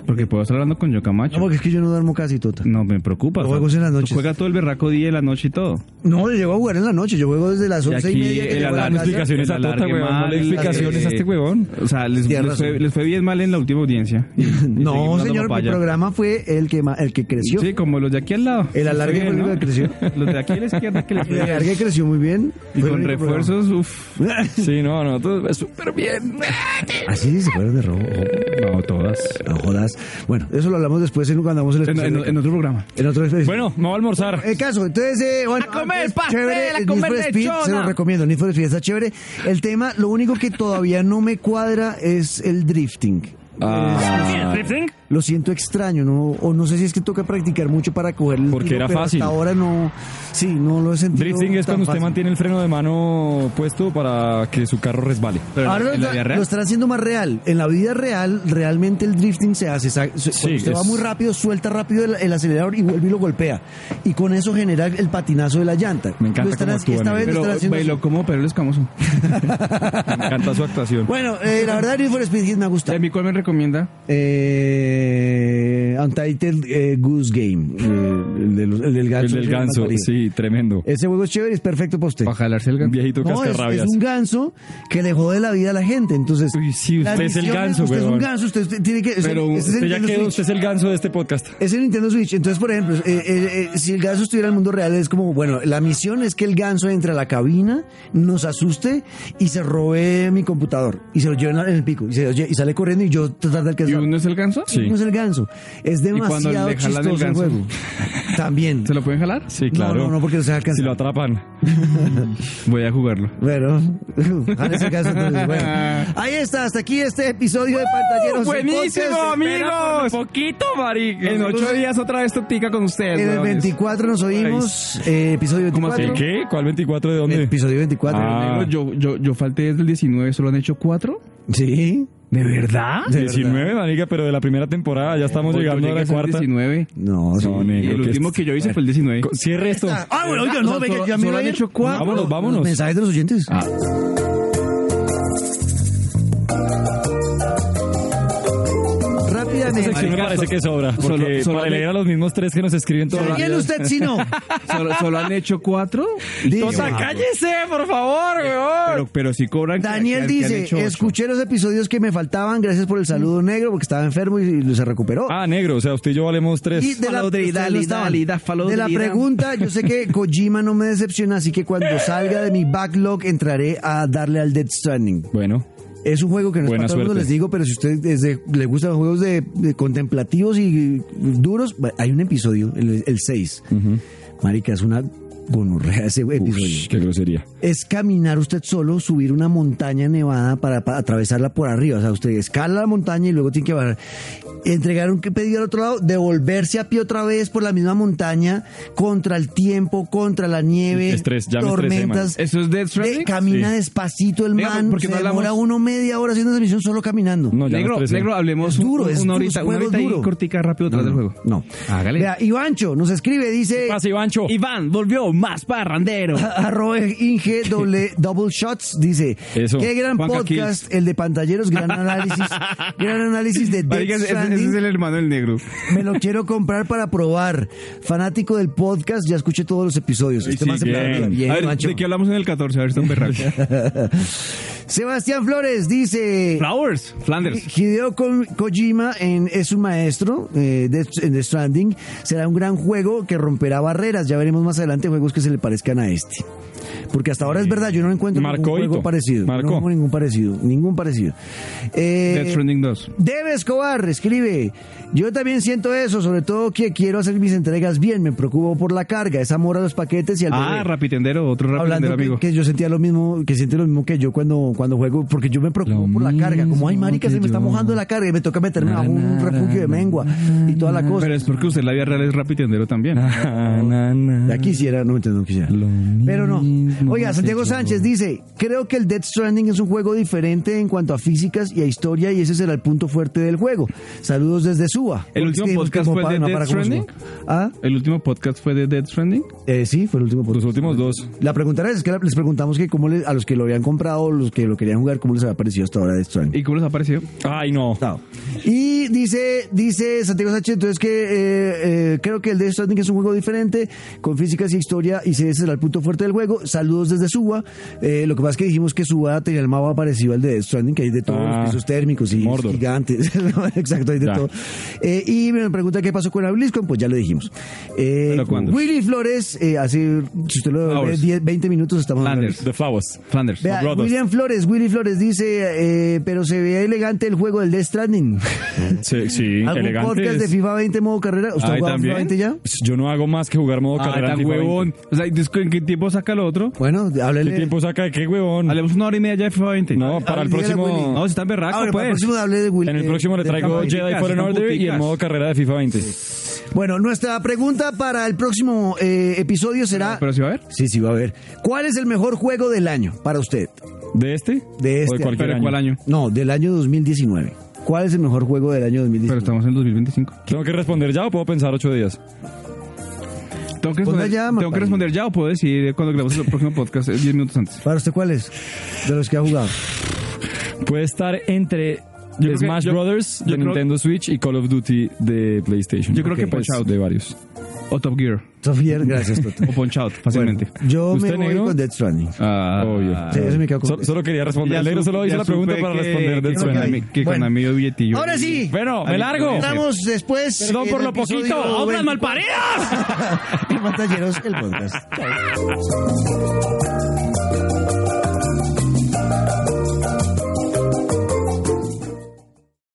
B: Porque puedo estar hablando con yo
A: No,
B: Camacho.
A: porque es que yo no duermo casi, Tota.
B: No, me preocupa.
A: Los
B: o sea,
A: juegos en las noches.
B: Juega todo el berraco día y la noche y todo.
A: No, yo llego a jugar en la noche, yo juego desde las
B: Y
A: once y media. que
B: el
A: llego a la
B: alargue-
A: casa.
C: explicaciones a
B: el alargue
C: Tota, huevón, no le
B: mal,
C: explicaciones
B: eh,
C: a este huevón.
B: O sea, les,
A: Tienes
B: les fue,
A: razón.
B: les fue bien mal en la última audiencia. Y- y seguimos
A: No,
B: dando
A: señor, mi
B: papaya.
A: programa fue el que, ma- el que creció.
B: Sí, como los de aquí al lado.
A: El alargue
B: Está bien,
A: fue el que creció.
B: Los de aquí a la izquierda que les
A: El
B: fue bien.
A: alargue creció muy bien.
B: Y
A: Fue el
B: con
A: único programa.
B: refuerzos, uff.
C: Sí, no, no, todo es súper bien.
A: Así se fueron de robo.
B: No, todas.
A: No jodas. Entonces, bueno, eso lo hablamos después en- cuando hagamos el
B: En,
A: especial
B: en-
A: de-
B: en otro programa.
A: en otro especial.
C: Bueno, me voy a almorzar.
A: El caso, entonces, eh, bueno,
B: A comer
A: es
B: pastel, a
A: Need
B: comer
A: for Speed,
B: lechona.
A: se lo recomiendo, Need for Speed está chévere. El tema, lo único que todavía no me cuadra es el drifting.
B: Ah.
A: eh,
C: Ah.
A: Lo siento extraño, no, o no sé si es que toca practicar mucho para coger el
C: Porque
A: tiro,
C: era
A: pero
C: fácil.
A: Hasta ahora no, sí, no lo he sentido.
C: Drifting es
A: tan
C: cuando usted
A: fácil.
C: mantiene el freno de mano puesto para que su carro resbale.
B: Pero en-
A: Ahora
B: en
A: lo,
B: la vida real.
A: lo están haciendo más real. En la vida real, realmente el drifting se hace. sa- su-
C: Sí,
A: cuando usted va
C: es-
A: muy rápido, suelta rápido el, el acelerador y vuelve y lo golpea. Y con eso genera el patinazo de la llanta.
C: Me encanta
A: Lo están
C: cómo
A: ha-
C: actúa,
A: esta
C: amigo.
A: vez lo
B: Pero
A: están haciendo
B: bailó
A: así.
B: como Pedro el Escamoso.
C: Me encanta su actuación.
A: Bueno, eh, la verdad, Need for Speed Heat me ha
B: ¿Y
A: gustado.
B: a mí cuál me recomienda?
A: Eh, Untitled eh, Goose Game. eh, el, de los- el del
C: El
A: ganso.
C: del ganso, sí, tremendo.
A: Ese juego es chévere y es perfecto para usted.
B: Para jalarse el
C: Un
B: ganso.
C: viejito
A: Eh, No, es,
C: cascarrabias.
A: es un ganso que le jode la vida a la gente. Entonces,
C: Uy, sí, usted
A: las
C: es el
A: misiones,
C: ganso,
A: Usted es un
C: weón.
A: ganso, usted usted tiene que. es el-
C: Pero
A: ese es el
C: usted ya
A: Nintendo
C: quedó,
A: Switch.
C: usted es el ganso de este podcast.
A: Es el Nintendo Switch. Entonces, por ejemplo, eh, eh, eh, si el ganso estuviera en el mundo real, es como, bueno, la misión es que el ganso entre a la cabina, nos asuste y se robe mi computador. Y se lo lleven en el pico. Y, se lo lle- y sale corriendo y yo tratar de
B: ¿Y
A: alcanzar.
B: uno es el ganso?
C: Sí.
A: No es el ganso. Es
B: cuando
A: demasiado
B: le jalan el
A: chistoso el
B: ganso?
A: juego. También.
B: ¿Se lo pueden jalar?
C: Sí,
A: No,
C: claro.
A: no, no, porque no se va a alcanzar.
C: Si lo atrapan.
B: Voy a jugarlo.
A: Bueno, ojalá ese caso, entonces, bueno. Ahí está, hasta aquí este episodio de Pantalleros. el
B: ¡Buenísimo,
A: podcast.
B: amigos!
C: Poquito, marica.
B: En ocho días otra vez Totica con ustedes.
A: En el
B: huevones.
A: 24 nos oímos. eh, episodio
B: ¿Cómo así?
C: ¿El
A: 24.
C: qué? ¿Cuál 24 de dónde?
A: Episodio 24.
C: Ah.
B: Negro, Yo, yo, yo falté desde el 19, solo han hecho cuatro.
A: Sí.
B: ¿De verdad?
A: De
C: 19, marica, pero de la primera temporada. Ya estamos
B: Yo
C: llegando a
B: llegué
C: la
B: hasta el
C: cuarta.
B: 19.
A: No, sí.
C: No,
B: Y
C: negro,
B: el
C: que
B: último
C: este-
B: que yo hice fue el 19.
C: Co- Cierre esto.
A: Ah, bueno, oiga, no,
B: O sea,
A: venga,
B: solo-
A: ya me
B: solo
A: voy a
B: han
A: ir. Ah.
B: hecho cuatro.
C: Vámonos, vámonos.
A: Los mensajes de los oyentes.
C: Esta
A: Rápidamente.
C: sección me parece que sobra.
B: solo-
C: Porque
B: solo-
C: para leer a los mismos tres que nos escriben todos los
A: ¿Bien
C: días.
A: usted si no?
B: solo, solo han hecho cuatro.
A: Digo,
C: Tota, cállese, por favor, weón.
B: Pero, pero sí cobran. que-
A: Daniel
B: que- que han
A: dice,
B: hecho ocho.
A: escuché los episodios que me faltaban, gracias por el saludo negro, porque estaba enfermo y, y se recuperó.
C: Ah, negro, o sea, usted y yo valemos tres.
A: Y de la,
B: Follow the
A: ustedes no
B: Dalí,
A: estaban.
B: Dalí, da, follow
A: de la
B: the Dalí.
A: pregunta, yo sé que Kojima no me decepciona, así que cuando salga de mi backlog entraré a darle al Dead Stranding.
C: Bueno,
A: Es un juego que no es
C: Buena
A: para todo el mundo,
C: suerte.
A: les digo, pero si usted es de- le gustan los juegos de, de contemplativos y duros, va- hay un episodio, el, el 6. Marica, es una gonorrea ese episodio.
C: ush, qué grosería.
A: Es caminar usted solo, subir una montaña nevada para, para atravesarla por arriba. O sea, usted escala la montaña y luego tiene que bajar. Entregar un pedido al otro lado, devolverse a pie otra vez por la misma montaña, contra el tiempo, contra la nieve,
C: Estrés, ya me estresé,
A: tormentas.
B: ¿Eso es Death
A: De-
B: Stranding?
A: camina
C: Sí.
A: despacito el
B: Venga,
A: man,
B: ¿por qué
A: se
B: no hablamos?
A: demora uno media hora haciendo esa misión solo caminando.
C: No, ya
B: negro,
C: nos estresé.
B: negro, hablemos
A: Es duro,
B: un-
A: es
B: una
A: duro,
B: horita,
A: es
B: una
A: juego
B: horita ahí
A: duro.
B: cortica rápido tras del juego.
A: No.
B: Hágale. Oh.
A: Vea, Ivancho nos escribe, dice...
C: Pase, Ivancho.
B: Iván volvió más parrandero.
A: Ah, Arroba Inge doble- Double Shots dice
C: Eso.
A: Qué gran
B: Juanca
A: podcast, el de pantalleros, gran análisis, gran análisis de Death
B: Marica, ese, ese
A: Stranding.
B: es el hermano del negro.
A: Me lo quiero comprar para probar. Fanático del podcast, ya escuché todos los episodios. Este man se
C: bien.
A: plantea bien,
B: a ver,
A: macho.
B: ¿de qué hablamos en el 14? A ver, está un berraco.
A: Sebastián Flores dice
B: Flowers, Flanders.
A: Eh, Hideo Ko- Kojima en- es un maestro eh, de, en The Stranding. Será un gran juego que romperá barreras. Ya veremos más adelante juegos que se le parezcan a este. Porque hasta ahora es verdad, yo no encuentro
C: Marcó
A: ningún juego
C: hito.
A: parecido. No
C: Marcó.
A: encuentro ningún parecido. Ningún parecido. Eh,
B: Death Stranding 2.
A: Debe Escobar escribe, yo también siento eso, sobre todo que quiero hacer mis entregas bien, me preocupo por la carga, es amor a los paquetes y al
B: Ah,
A: bebé".
B: rapitendero, otro rapitendero,
A: Hablando que-
B: amigo.
A: que, yo sentía lo mismo, que siente lo mismo que yo cuando, cuando juego, porque yo me preocupo
C: Lo
A: por la carga, como ay
C: mismo
A: marica,
C: que
A: se me está
C: yo.
A: mojando la carga y me toca meterme bajo un refugio de mengua y toda la cosa. Ah.
B: Pero es porque usted en la vida real es rapitendero también.
A: Ya quisiera, no entiendo, quisiera.
C: Lo
A: Pero no.
C: mismo
A: Oiga,
C: que
A: Santiago
C: yo.
A: Sánchez dice, creo que el Death Stranding es un juego diferente en cuanto a físicas y a historia y ese será el punto fuerte del juego. Saludos desde Suba.
B: ¿El último
A: Sí,
B: podcast
A: como
B: fue
A: pa-
B: de
A: no,
B: Death
A: para como
B: Stranding?
A: Suba. Ah,
B: El último podcast fue de Death Stranding.
A: eh, sí, fue el último
C: Los
A: podcast.
C: últimos dos.
A: La pregunta era, es que la- les preguntamos que cómo le- a los que lo habían comprado, los que lo querían jugar, cómo les había parecido hasta ahora Death Stranding.
B: ¿Y cómo les ha parecido?
C: Ay, no.
A: No. Y dice, dice Santiago Sánchez, entonces que eh, eh, creo que el Death Stranding es un juego diferente, con físicas y historia, y ese será el punto fuerte del juego. Saludos desde Suba. Eh, lo que pasa es que dijimos que Suba tenía el mapa parecido al de Death Stranding, que hay de todos
C: Ah,
A: los pisos térmicos y
C: Mordor.
A: gigantes. No, Exacto, hay de
C: Ya.
A: todo. Eh, y me pregunta qué pasó con la BlizzCon, pues ya lo dijimos. Eh,
B: ¿Pero cuándo?
A: Willy Flores, eh, hace, si usted lo ve,
B: Hours.
A: 10, 20 minutos estamos hablando.
B: Flanders.
C: The Flowers.
B: Flanders.
A: Vea,
C: Brothers.
A: William Flores Flores, Willy Flores dice, eh, pero se ve elegante el juego del Death Stranding.
C: Sí, sí
A: ¿Algún
C: elegantes.
A: podcast de FIFA 20 modo carrera? ¿Usted ha
C: Ay,
A: jugado FIFA
C: también.
A: 20 ya?
C: Pues Yo no hago más que jugar modo
B: Ah,
C: carrera. en
B: tan
C: FIFA 20.
B: huevón. O sea, ¿dis- ¿en qué tiempo saca lo otro?
A: Bueno,
C: ¿Qué
A: háblele.
C: tiempo saca de qué huevón?
B: Hablemos una hora y media de FIFA 20.
C: No, para el
A: dígale a Willy.
C: próximo.
B: No, si están berracos,
A: Ahora, para el
B: pues.
A: próximo hable de Willy.
C: En el
A: de-
C: próximo le
A: del
C: traigo
A: campo.
B: de
C: Jedi
B: chicas,
C: Fallen
B: son
C: Order y el
B: puticas.
C: modo carrera de FIFA 20.
A: Bueno, nuestra pregunta para el próximo eh, episodio será...
B: Pero si va a ver.
A: Sí, sí, va a haber. ¿Cuál es el mejor juego del año para usted?
C: ¿De este?
A: De
C: ¿O
A: este
C: de cualquier
B: ¿Pero
C: año?
B: cuál año?
A: No, del año 2019. ¿Cuál es el mejor juego del año
B: Pero
A: 2019?
B: estamos en el 2025.
C: ¿Tengo que responder ya o puedo pensar ocho días?
B: Tengo que
A: Ponla
B: responder,
A: ya,
B: tengo
A: Mapain.
B: que responder ya o puedo decir cuando grabemos el próximo podcast, eh, 10 minutos antes.
A: ¿Para usted cuál es? De los que ha jugado.
C: Puede estar entre
B: Yo creo que-
C: Smash
B: yo-
C: Brothers
B: yo
C: de
B: creo-
C: Nintendo Switch y Call of Duty de PlayStation.
B: Yo creo
C: Ok.
B: que Punch
C: Pues,
B: Out.
C: de varios.
B: O Top Gear.
A: Sofía, gracias, Toto.
B: O Punch Out, fácilmente.
A: Bueno, yo me
C: ¿Usted,
A: voy
C: negro?
A: con Death Stranding.
B: Ah,
C: Obvio.
A: Sí, eso me quedo con
C: Solo, solo quería responder.
B: Ya
C: El negro
B: supe-
C: solo hizo
B: ya
C: la pregunta
B: supe
C: para
B: que-
C: responder del
B: que
A: sueño.
B: Konami- Que
A: Bueno.
B: Konami dio billetillo.
A: Ahora sí.
C: Bueno, me
B: Ahí
C: largo.
B: podemos ir.
A: Estamos después.
C: Perdón
A: en
C: por
A: el
C: lo poquito.
A: episodio
C: ¡Obras
A: 24
C: malparidas!
A: de Pantalleros, el podcast.